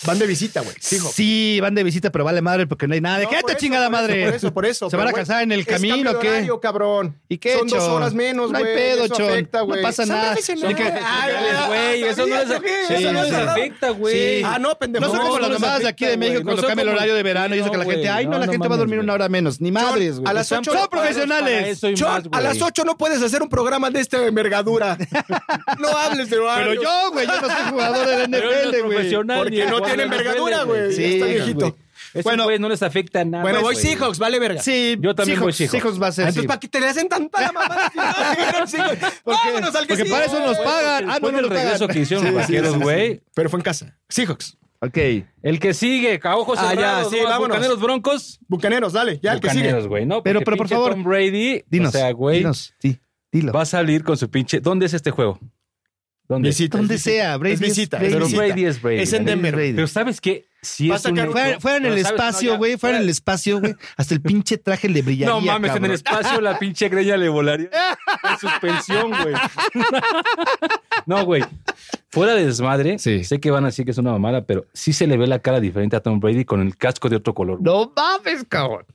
[SPEAKER 4] Van de visita, güey. Seahawks.
[SPEAKER 2] Sí, van de visita, pero vale madre porque no hay nada.
[SPEAKER 4] No,
[SPEAKER 2] ¿De qué te
[SPEAKER 4] por eso,
[SPEAKER 2] chingada
[SPEAKER 4] por eso,
[SPEAKER 2] madre?
[SPEAKER 4] Por eso, por eso.
[SPEAKER 2] ¿Se van a
[SPEAKER 4] pero, güey,
[SPEAKER 2] casar en el
[SPEAKER 4] es
[SPEAKER 2] camino o
[SPEAKER 4] cambio
[SPEAKER 2] qué?
[SPEAKER 4] de horario, cabrón.
[SPEAKER 2] ¿Y qué,
[SPEAKER 4] Son dos
[SPEAKER 2] Chon?
[SPEAKER 4] horas menos,
[SPEAKER 2] No hay
[SPEAKER 4] güey.
[SPEAKER 2] pedo,
[SPEAKER 4] eso
[SPEAKER 2] Chon.
[SPEAKER 4] afecta,
[SPEAKER 2] No
[SPEAKER 4] güey.
[SPEAKER 2] pasa
[SPEAKER 4] Son
[SPEAKER 2] nada. Son
[SPEAKER 4] profesionales,
[SPEAKER 2] profesionales,
[SPEAKER 4] ah,
[SPEAKER 1] güey, eso no
[SPEAKER 4] sabía
[SPEAKER 1] les-
[SPEAKER 4] que-
[SPEAKER 2] sí,
[SPEAKER 4] eso no
[SPEAKER 2] no
[SPEAKER 4] les
[SPEAKER 2] les
[SPEAKER 1] afecta, güey.
[SPEAKER 4] Sí. Ah, no, pendejo.
[SPEAKER 2] No son como
[SPEAKER 1] no
[SPEAKER 2] las
[SPEAKER 1] les
[SPEAKER 2] mamadas de aquí de
[SPEAKER 1] afecta,
[SPEAKER 2] México
[SPEAKER 1] güey.
[SPEAKER 2] cuando
[SPEAKER 1] No son
[SPEAKER 2] cambia el
[SPEAKER 1] como-
[SPEAKER 2] horario de verano y eso
[SPEAKER 1] Sí,
[SPEAKER 2] que la
[SPEAKER 1] no,
[SPEAKER 2] gente,
[SPEAKER 1] güey.
[SPEAKER 2] ay, no,
[SPEAKER 1] No,
[SPEAKER 2] la
[SPEAKER 1] no
[SPEAKER 2] gente va a dormir
[SPEAKER 1] mames,
[SPEAKER 2] una hora menos. Ni madres, güey.
[SPEAKER 4] a las
[SPEAKER 2] Están-
[SPEAKER 4] ocho-
[SPEAKER 1] Para
[SPEAKER 2] son profesionales.
[SPEAKER 1] eso y
[SPEAKER 4] Chon,
[SPEAKER 1] más, güey.
[SPEAKER 4] a las 8 no puedes hacer un programa de esta envergadura. *laughs* no hables de horario.
[SPEAKER 2] Pero yo, güey, yo no soy jugador de la
[SPEAKER 1] Pero él no es
[SPEAKER 2] NFL, güey.
[SPEAKER 1] profesional,
[SPEAKER 4] Porque
[SPEAKER 1] ni
[SPEAKER 4] no
[SPEAKER 1] jugador
[SPEAKER 4] tiene
[SPEAKER 1] de NFL,
[SPEAKER 4] envergadura, güey.
[SPEAKER 2] Sí,
[SPEAKER 4] Ya está
[SPEAKER 2] güey.
[SPEAKER 4] viejito.
[SPEAKER 1] Esos
[SPEAKER 2] Bueno.
[SPEAKER 1] güeyes no les afecta nada.
[SPEAKER 4] Bueno, voy
[SPEAKER 1] güey.
[SPEAKER 4] Seahawks, vale verga.
[SPEAKER 2] Sí,
[SPEAKER 1] Yo también voy Seahawks.
[SPEAKER 2] Seahawks va a
[SPEAKER 4] Ah,
[SPEAKER 2] ser.
[SPEAKER 4] Entonces,
[SPEAKER 2] sí.
[SPEAKER 4] ¿para qué te le hacen tanta la *laughs* mamada? *laughs*
[SPEAKER 2] Porque-
[SPEAKER 4] Vámonos al que
[SPEAKER 2] porque
[SPEAKER 4] sigue.
[SPEAKER 2] para eso nos pagan. Ah, no,
[SPEAKER 1] Después
[SPEAKER 2] no
[SPEAKER 1] del
[SPEAKER 2] nos
[SPEAKER 1] regreso
[SPEAKER 2] pagan.
[SPEAKER 1] que hicieron los
[SPEAKER 4] Sí, sí,
[SPEAKER 1] vaqueros,
[SPEAKER 4] sí, sí.
[SPEAKER 1] güey.
[SPEAKER 4] Pero fue en casa. Seahawks.
[SPEAKER 2] Ok.
[SPEAKER 1] El que sigue, a ojos
[SPEAKER 4] Ah, ya,
[SPEAKER 1] cerrados.
[SPEAKER 4] sí,
[SPEAKER 1] ¿no? A
[SPEAKER 4] vámonos.
[SPEAKER 1] Bucaneros Broncos.
[SPEAKER 4] Bucaneros, dale. Ya, el que sigue.
[SPEAKER 1] Bucaneros, güey, ¿no?
[SPEAKER 2] Pero-
[SPEAKER 1] Porque
[SPEAKER 2] pero, por
[SPEAKER 1] pinche
[SPEAKER 2] favor,
[SPEAKER 1] Tom Brady,
[SPEAKER 2] Dinos.
[SPEAKER 1] o sea, güey,
[SPEAKER 2] Dinos, sí, dilo.
[SPEAKER 1] va a salir con su pinche... ¿Dónde es este juego? ¿Dónde?
[SPEAKER 4] Visita.
[SPEAKER 2] Donde
[SPEAKER 4] es visita.
[SPEAKER 2] sea, Brady.
[SPEAKER 4] Es
[SPEAKER 2] es-
[SPEAKER 4] visita,
[SPEAKER 2] Brady
[SPEAKER 1] Pero
[SPEAKER 2] es-
[SPEAKER 4] visita.
[SPEAKER 1] Brady es Brady.
[SPEAKER 4] Es en
[SPEAKER 1] ¿no?
[SPEAKER 4] Denver. güey.
[SPEAKER 1] Pero ¿sabes qué? Si
[SPEAKER 4] Va a
[SPEAKER 1] es un
[SPEAKER 4] sacar-
[SPEAKER 1] hecho-
[SPEAKER 2] Fuera, fuera en el
[SPEAKER 1] Pero ¿sabes? No,
[SPEAKER 2] espacio,
[SPEAKER 1] ya,
[SPEAKER 2] güey. Fuera en el espacio, güey. Hasta el pinche traje le brillaría.
[SPEAKER 1] No mames, en
[SPEAKER 2] ah, cabrón.
[SPEAKER 1] el espacio la pinche greña le volaría. En suspensión, güey. *laughs* No, güey. Fuera de desmadre,
[SPEAKER 2] Sí.
[SPEAKER 1] sé que van a decir que es una mamada, pero sí se le ve la cara diferente a Tom Brady con el casco de otro color. güey.
[SPEAKER 2] No mames, cabrón.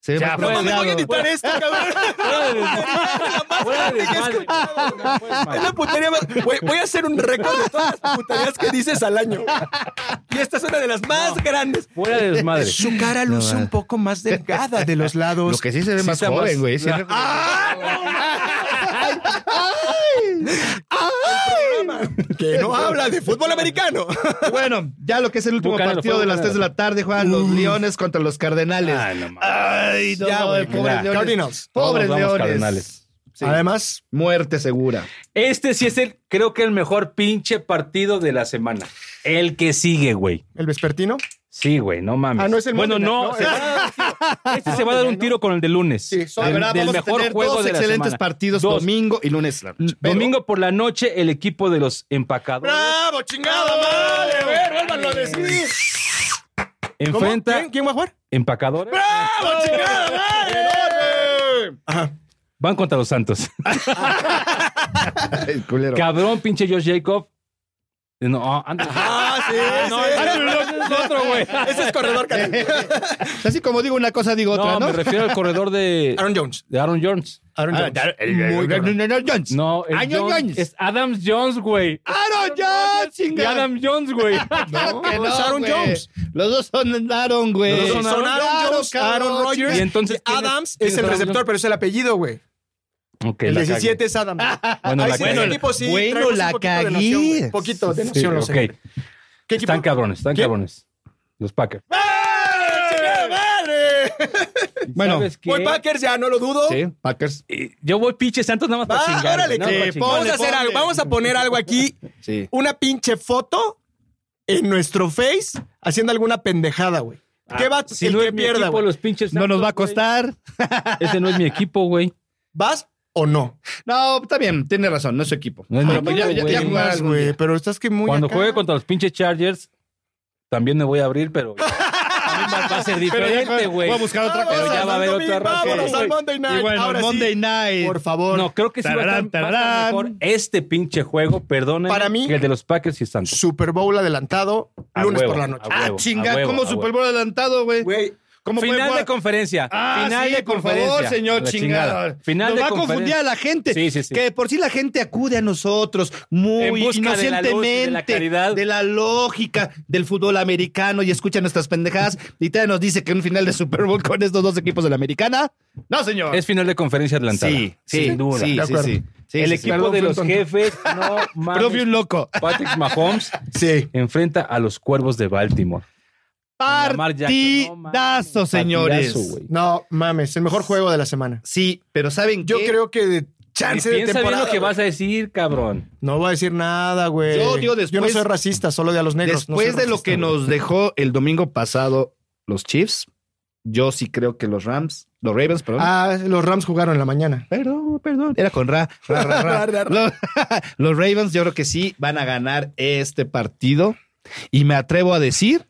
[SPEAKER 2] Se ve
[SPEAKER 1] Ya,
[SPEAKER 2] más
[SPEAKER 1] fuera,
[SPEAKER 4] No, me voy a
[SPEAKER 2] bronceado.
[SPEAKER 4] editar esto, cabrón.
[SPEAKER 1] Fuera de desmadre. Fuera de desmadre.
[SPEAKER 4] Es la putería más- Güey, voy a hacer un récord de todas las puterías que dices al año. Y esta es una de las más grandes.
[SPEAKER 1] Fuera de
[SPEAKER 2] *laughs*
[SPEAKER 1] desmadre.
[SPEAKER 4] Su cara luce un poco más delgada de los lados.
[SPEAKER 2] Lo que sí se ve
[SPEAKER 1] Sí
[SPEAKER 2] más
[SPEAKER 1] se ve más-
[SPEAKER 2] joven, güey. Sí,
[SPEAKER 1] Ah.
[SPEAKER 2] *laughs*
[SPEAKER 4] que no habla de fútbol americano.
[SPEAKER 2] Bueno, ya lo que es el último
[SPEAKER 1] Bucanero,
[SPEAKER 2] partido
[SPEAKER 1] fue
[SPEAKER 2] de las
[SPEAKER 1] Bucanero.
[SPEAKER 2] 3 de la tarde juegan los Leones contra los Cardenales.
[SPEAKER 1] Ay, Ah, no mames.
[SPEAKER 2] Ay, no,
[SPEAKER 4] Ya,
[SPEAKER 2] no,
[SPEAKER 4] güey,
[SPEAKER 2] pobres
[SPEAKER 1] ya.
[SPEAKER 2] Leones.
[SPEAKER 4] Cardinals.
[SPEAKER 2] Pobres
[SPEAKER 1] Todos vamos
[SPEAKER 2] Leones.
[SPEAKER 1] Cardenales.
[SPEAKER 2] Sí.
[SPEAKER 4] Además,
[SPEAKER 2] Muerte segura.
[SPEAKER 1] Este sí es el, creo que el mejor pinche partido de la semana. El que sigue, güey.
[SPEAKER 4] el vespertino.
[SPEAKER 1] Sí, güey, no mames.
[SPEAKER 4] Ah, no es el
[SPEAKER 1] bueno,
[SPEAKER 4] Monday Night,
[SPEAKER 1] no.
[SPEAKER 4] no,
[SPEAKER 1] se
[SPEAKER 4] es-
[SPEAKER 1] va a dar un
[SPEAKER 2] *laughs*
[SPEAKER 1] tiro. Este se va a dar un tiro con el de lunes.
[SPEAKER 4] Sí,
[SPEAKER 2] La
[SPEAKER 1] Del-
[SPEAKER 2] verdad,
[SPEAKER 1] del
[SPEAKER 2] vamos
[SPEAKER 1] mejor
[SPEAKER 2] a tener
[SPEAKER 1] juego
[SPEAKER 2] dos
[SPEAKER 1] de la
[SPEAKER 2] excelentes
[SPEAKER 1] semana.
[SPEAKER 2] partidos
[SPEAKER 1] Dos.
[SPEAKER 2] domingo y lunes. la-
[SPEAKER 1] L-
[SPEAKER 2] Pero-
[SPEAKER 1] Domingo por la noche, el equipo de los empacadores
[SPEAKER 4] ¡Bravo, chingada madre! A ver, vuélvanlo a decir. ¿Cómo?
[SPEAKER 1] enfrenta
[SPEAKER 4] ¿Quién? ¿Quién va a jugar?
[SPEAKER 1] empacadores.
[SPEAKER 4] ¡Bravo, chingada madre! Ajá.
[SPEAKER 1] Van contra los Santos.
[SPEAKER 2] *laughs* Ay, culero.
[SPEAKER 1] Cabrón, pinche Josh Jacob. No, antes.
[SPEAKER 4] Ah, sí,
[SPEAKER 1] no,
[SPEAKER 4] sí.
[SPEAKER 1] ese es otro, güey.
[SPEAKER 4] Ese es corredor, carnal.
[SPEAKER 2] Así como digo una cosa, digo otra,
[SPEAKER 1] No,
[SPEAKER 2] ¿no?
[SPEAKER 1] me refiero al corredor de,
[SPEAKER 4] Aaron Jones.
[SPEAKER 1] de Aaron Jones.
[SPEAKER 4] Aaron
[SPEAKER 2] Ah,
[SPEAKER 4] Jones.
[SPEAKER 2] Muy cabrón.
[SPEAKER 1] No, el
[SPEAKER 2] Aaron
[SPEAKER 1] Jones-
[SPEAKER 2] Jones.
[SPEAKER 1] Es Adam Jones, güey.
[SPEAKER 2] Aaron
[SPEAKER 4] Ah,
[SPEAKER 2] Jones,
[SPEAKER 1] Y
[SPEAKER 2] chingada.
[SPEAKER 1] Adam Jones,
[SPEAKER 4] *laughs*
[SPEAKER 1] güey.
[SPEAKER 2] Claro que
[SPEAKER 4] No, es Aaron
[SPEAKER 2] güey.
[SPEAKER 4] Jones.
[SPEAKER 2] Los dos son Aaron, güey.
[SPEAKER 1] Los dos
[SPEAKER 4] Son
[SPEAKER 1] son
[SPEAKER 4] Aaron
[SPEAKER 2] Claro,
[SPEAKER 4] Jones,
[SPEAKER 2] cabrón,
[SPEAKER 4] Aaron Rodgers.
[SPEAKER 1] Y entonces, ¿quién es-
[SPEAKER 4] Adams
[SPEAKER 1] quién
[SPEAKER 4] es el
[SPEAKER 1] Aaron
[SPEAKER 4] receptor,
[SPEAKER 1] Jones?
[SPEAKER 4] pero es el apellido, güey.
[SPEAKER 1] Ok,
[SPEAKER 4] El
[SPEAKER 1] la
[SPEAKER 4] 17 es Adams.
[SPEAKER 1] cagué. Bueno,
[SPEAKER 4] Ahí
[SPEAKER 1] la
[SPEAKER 4] sí,
[SPEAKER 1] cagué.
[SPEAKER 4] ese equipo sí
[SPEAKER 2] bueno,
[SPEAKER 4] traemos un
[SPEAKER 2] la
[SPEAKER 4] poquito de
[SPEAKER 2] cagué.
[SPEAKER 4] noción, güey. poquito de
[SPEAKER 1] Sí,
[SPEAKER 4] noción, no sé.
[SPEAKER 1] ok.
[SPEAKER 4] ¿Qué equipo?
[SPEAKER 1] Están cabrones, están
[SPEAKER 4] ¿Quién?
[SPEAKER 1] cabrones. Los Packers.
[SPEAKER 4] ¡Ah, chingada madre!
[SPEAKER 2] Bueno,
[SPEAKER 1] ¿Sabes qué?
[SPEAKER 4] Voy Packers, ya no lo dudo.
[SPEAKER 2] Sí, Packers.
[SPEAKER 1] Eh, Yo voy pinche Santos nada más para
[SPEAKER 4] Ah,
[SPEAKER 1] chingar.
[SPEAKER 4] órale,
[SPEAKER 1] güey, nada
[SPEAKER 2] que
[SPEAKER 1] más para chingar.
[SPEAKER 4] Vamos
[SPEAKER 2] Ponle,
[SPEAKER 4] a hacer
[SPEAKER 2] ponle.
[SPEAKER 4] algo, vamos a poner algo aquí.
[SPEAKER 2] Sí.
[SPEAKER 4] Una pinche foto en nuestro face haciendo alguna pendejada, güey. ¿Qué va
[SPEAKER 1] Ah, Si
[SPEAKER 4] el
[SPEAKER 1] no
[SPEAKER 4] que
[SPEAKER 1] es mi
[SPEAKER 4] pierda,
[SPEAKER 1] equipo,
[SPEAKER 4] güey?
[SPEAKER 1] los pinches
[SPEAKER 2] No
[SPEAKER 1] Santos,
[SPEAKER 2] nos va a
[SPEAKER 1] güey.
[SPEAKER 2] costar.
[SPEAKER 1] Ese no es mi equipo, güey.
[SPEAKER 4] ¿Vas o no?
[SPEAKER 2] No, también, tiene razón, no es su equipo.
[SPEAKER 1] No es mi
[SPEAKER 2] Pero pues
[SPEAKER 1] equipo,
[SPEAKER 2] ya- ya-
[SPEAKER 1] güey.
[SPEAKER 2] ya jugará algún
[SPEAKER 4] güey,
[SPEAKER 2] día.
[SPEAKER 4] pero estás que *laughs* muy
[SPEAKER 1] Cuando
[SPEAKER 4] acá.
[SPEAKER 1] juegue contra los pinches Chargers, también me voy a abrir,
[SPEAKER 4] *laughs*
[SPEAKER 1] pero güey, también va, va a ser
[SPEAKER 2] Pero ya
[SPEAKER 1] diferente,
[SPEAKER 2] juega-
[SPEAKER 1] güey.
[SPEAKER 2] Voy a buscar otra
[SPEAKER 4] Vámonos
[SPEAKER 1] Pero
[SPEAKER 2] cosa.
[SPEAKER 1] ya va a haber
[SPEAKER 4] al domingo,
[SPEAKER 1] otra raza,
[SPEAKER 4] Vámonos
[SPEAKER 1] güey.
[SPEAKER 4] al Monday Night.
[SPEAKER 2] Y bueno,
[SPEAKER 4] Ahora sí,
[SPEAKER 2] Monday Night.
[SPEAKER 4] Por favor.
[SPEAKER 1] No, creo que sí va a estar,
[SPEAKER 2] Tararán,
[SPEAKER 1] va a estar
[SPEAKER 2] tararán.
[SPEAKER 1] mejor este pinche juego, perdonen,
[SPEAKER 4] Para mí-
[SPEAKER 1] que el de los Packers y Santos.
[SPEAKER 4] Super Bowl adelantado,
[SPEAKER 1] A
[SPEAKER 4] lunes
[SPEAKER 1] huevo,
[SPEAKER 4] por la noche.
[SPEAKER 1] a huevo,
[SPEAKER 2] Ah,
[SPEAKER 1] a
[SPEAKER 2] chinga,
[SPEAKER 1] huevo,
[SPEAKER 2] como
[SPEAKER 1] a
[SPEAKER 2] Super
[SPEAKER 1] huevo.
[SPEAKER 2] Bowl adelantado, güey.
[SPEAKER 4] Güey,
[SPEAKER 7] ¿Cómo fue,
[SPEAKER 1] Final
[SPEAKER 7] Gua-
[SPEAKER 1] de conferencia.
[SPEAKER 2] Ah,
[SPEAKER 1] final
[SPEAKER 2] sí,
[SPEAKER 1] de
[SPEAKER 2] por
[SPEAKER 1] conferencia.
[SPEAKER 2] favor, señor
[SPEAKER 1] La
[SPEAKER 2] chingado.
[SPEAKER 1] chingada. Final
[SPEAKER 2] Nos
[SPEAKER 1] de
[SPEAKER 2] va a
[SPEAKER 1] conferencia.
[SPEAKER 2] confundir a la gente.
[SPEAKER 1] Sí, sí, sí.
[SPEAKER 2] Que de por sí la gente acude a nosotros muy
[SPEAKER 1] En busca de la
[SPEAKER 2] inocentemente,
[SPEAKER 1] luz y de la claridad.
[SPEAKER 2] de la lógica del fútbol americano y escucha nuestras pendejadas. Y todavía nos dice que un final de Super Bowl con estos dos equipos de la americana. No, señor.
[SPEAKER 1] Es final de conferencia adelantada.
[SPEAKER 2] Sí, sí,
[SPEAKER 1] sin duda.
[SPEAKER 2] sí,
[SPEAKER 7] De
[SPEAKER 2] sí,
[SPEAKER 7] acuerdo.
[SPEAKER 2] sí. Sí,
[SPEAKER 1] el
[SPEAKER 2] sí, sí.
[SPEAKER 1] equipo
[SPEAKER 4] Perdón,
[SPEAKER 1] de
[SPEAKER 4] fui un
[SPEAKER 1] los
[SPEAKER 4] tonto.
[SPEAKER 1] jefes, *laughs* no
[SPEAKER 2] Pero fui
[SPEAKER 1] mames.
[SPEAKER 2] un loco.
[SPEAKER 1] Patrick Mahomes
[SPEAKER 4] Sí.
[SPEAKER 1] enfrenta a los cuervos de Baltimore. Lamar Jackson, no mames.
[SPEAKER 2] Partidazo, señores.
[SPEAKER 1] Partidazo, güey.
[SPEAKER 4] No mames, el mejor juego de la semana.
[SPEAKER 2] Sí, pero ¿saben
[SPEAKER 4] Yo
[SPEAKER 2] qué?
[SPEAKER 4] creo que de
[SPEAKER 1] Y
[SPEAKER 4] chance de
[SPEAKER 1] piensa bien
[SPEAKER 4] temporada.
[SPEAKER 1] lo que vas a decir, cabrón.
[SPEAKER 4] No voy a decir nada, güey.
[SPEAKER 2] Yo digo
[SPEAKER 4] Yo no
[SPEAKER 2] después-
[SPEAKER 4] soy racista, solo de a los negros. no soy
[SPEAKER 2] Después de lo
[SPEAKER 4] racista,
[SPEAKER 2] que
[SPEAKER 4] güey.
[SPEAKER 2] nos dejó el domingo pasado los Chiefs, yo sí creo que los Rams, los Ravens, perdón.
[SPEAKER 4] Ah, los Rams jugaron en la mañana.
[SPEAKER 2] Perdón, perdón. Era con Ra. ra, ra,
[SPEAKER 4] *laughs*
[SPEAKER 2] ra. Los, los *laughs* Ravens, yo creo que sí van a ganar este partido. Y me atrevo a decir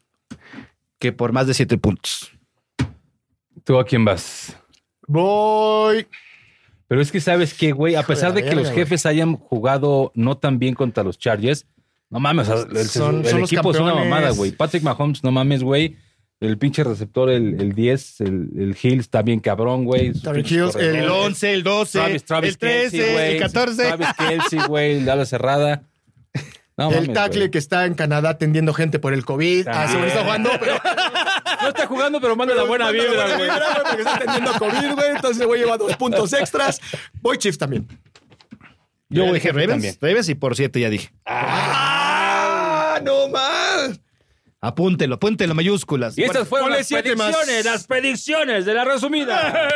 [SPEAKER 2] que por más de siete puntos.
[SPEAKER 1] ¿Tú a quién vas?
[SPEAKER 4] Voy.
[SPEAKER 1] Pero es que sabes que, güey, a
[SPEAKER 4] Hijo de
[SPEAKER 1] pesar
[SPEAKER 4] la
[SPEAKER 1] de que
[SPEAKER 4] verga,
[SPEAKER 1] los jefes hayan jugado no tan bien contra los Chargers, no mames, o sea, el,
[SPEAKER 4] Son-
[SPEAKER 1] el
[SPEAKER 4] son los
[SPEAKER 1] equipo es una
[SPEAKER 4] campeones.
[SPEAKER 1] mamada, güey. Patrick Mahomes, no mames, güey. El pinche receptor, el, el 10, el, el Hill, está bien cabrón, güey. Sus
[SPEAKER 4] Tyreek
[SPEAKER 1] pinches
[SPEAKER 4] Hill, el
[SPEAKER 1] corredores.
[SPEAKER 2] El 11, el 12,
[SPEAKER 1] Eh, Travis, Travis
[SPEAKER 2] el 13,
[SPEAKER 1] Kelce, güey.
[SPEAKER 2] el 14.
[SPEAKER 1] Travis Kelsey, güey, el ala cerrada. No
[SPEAKER 4] el
[SPEAKER 1] mames,
[SPEAKER 4] tackle
[SPEAKER 1] güey.
[SPEAKER 4] que está en Canadá atendiendo gente por el COVID.
[SPEAKER 1] También.
[SPEAKER 4] Ah, sí, está jugando, pero.
[SPEAKER 1] No está jugando, pero manda la buena
[SPEAKER 4] Manda
[SPEAKER 1] vibra,
[SPEAKER 4] buena
[SPEAKER 1] güey.
[SPEAKER 4] vibra, güey, Porque está atendiendo COVID, güey. Entonces, güey, lleva dos
[SPEAKER 1] *laughs*
[SPEAKER 4] puntos extras. Voy Chiefs también.
[SPEAKER 2] Yo dije
[SPEAKER 1] Jefes
[SPEAKER 2] Ravens.
[SPEAKER 1] también.
[SPEAKER 2] Ravens y por siete ya dije.
[SPEAKER 4] ¡Ah! ¡No más!
[SPEAKER 2] Apúntelo, apúntelo, mayúsculas.
[SPEAKER 1] Y estas fueron
[SPEAKER 4] ponle
[SPEAKER 1] las
[SPEAKER 4] siete más.
[SPEAKER 1] predicciones, las predicciones de la resumida.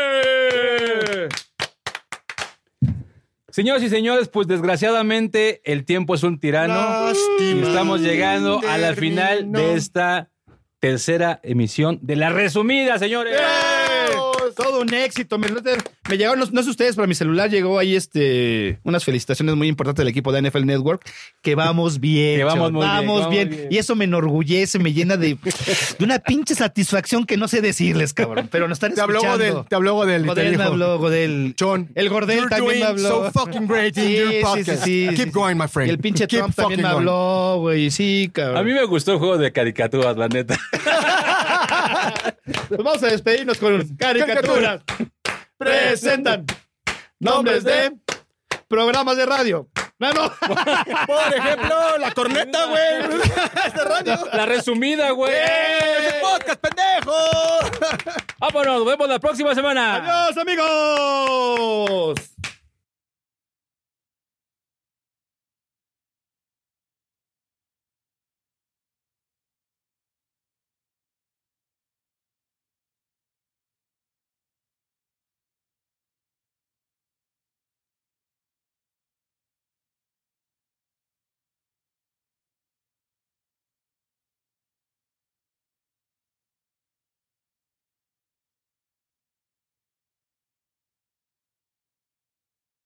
[SPEAKER 1] Señoras y señores, pues desgraciadamente el tiempo es un tirano. y
[SPEAKER 4] Lástima.
[SPEAKER 1] estamos llegando a la
[SPEAKER 4] Terminó.
[SPEAKER 1] final de esta tercera emisión de la resumida, señores.
[SPEAKER 4] ¡Eh!
[SPEAKER 2] Todo un éxito. Me, me llegaron, no, no sé ustedes, pero a mi celular llegó ahí este, unas felicitaciones muy importantes del equipo de NFL Network. Que vamos bien.
[SPEAKER 1] Que vamos
[SPEAKER 2] chavos,
[SPEAKER 1] muy bien,
[SPEAKER 2] vamos
[SPEAKER 1] vamos
[SPEAKER 2] bien.
[SPEAKER 1] bien.
[SPEAKER 2] Y eso me enorgullece, me llena de, de una pinche satisfacción que no sé decirles, cabrón. Pero nos están
[SPEAKER 4] Te habló
[SPEAKER 2] escuchando.
[SPEAKER 4] Godel. Te habló Godel. y te
[SPEAKER 2] Godel me
[SPEAKER 4] dijo,
[SPEAKER 2] habló, Godel.
[SPEAKER 4] John,
[SPEAKER 2] El Gordel
[SPEAKER 4] you're
[SPEAKER 2] también me
[SPEAKER 4] doing
[SPEAKER 2] habló.
[SPEAKER 4] So fucking great in
[SPEAKER 2] Sí,
[SPEAKER 4] your
[SPEAKER 2] sí, sí,
[SPEAKER 4] podcast.
[SPEAKER 2] sí, sí,
[SPEAKER 4] Keep
[SPEAKER 2] sí.
[SPEAKER 4] going, my friend.
[SPEAKER 2] Y el pinche
[SPEAKER 4] Keep
[SPEAKER 2] Trump también
[SPEAKER 4] fucking
[SPEAKER 2] me
[SPEAKER 4] going.
[SPEAKER 2] habló, güey. Sí, cabrón.
[SPEAKER 1] A mí me gustó el juego de caricaturas, la neta.
[SPEAKER 2] Pues vamos a despedirnos con caricaturas. Presentan nombres de programas de radio. No, no.
[SPEAKER 4] Por ejemplo, la
[SPEAKER 1] *laughs*
[SPEAKER 4] corneta, güey. Este radio.
[SPEAKER 1] La resumida, güey.
[SPEAKER 4] ¡Ese podcast, pendejo!
[SPEAKER 1] Vámonos, nos vemos la próxima semana.
[SPEAKER 2] Adiós, amigos.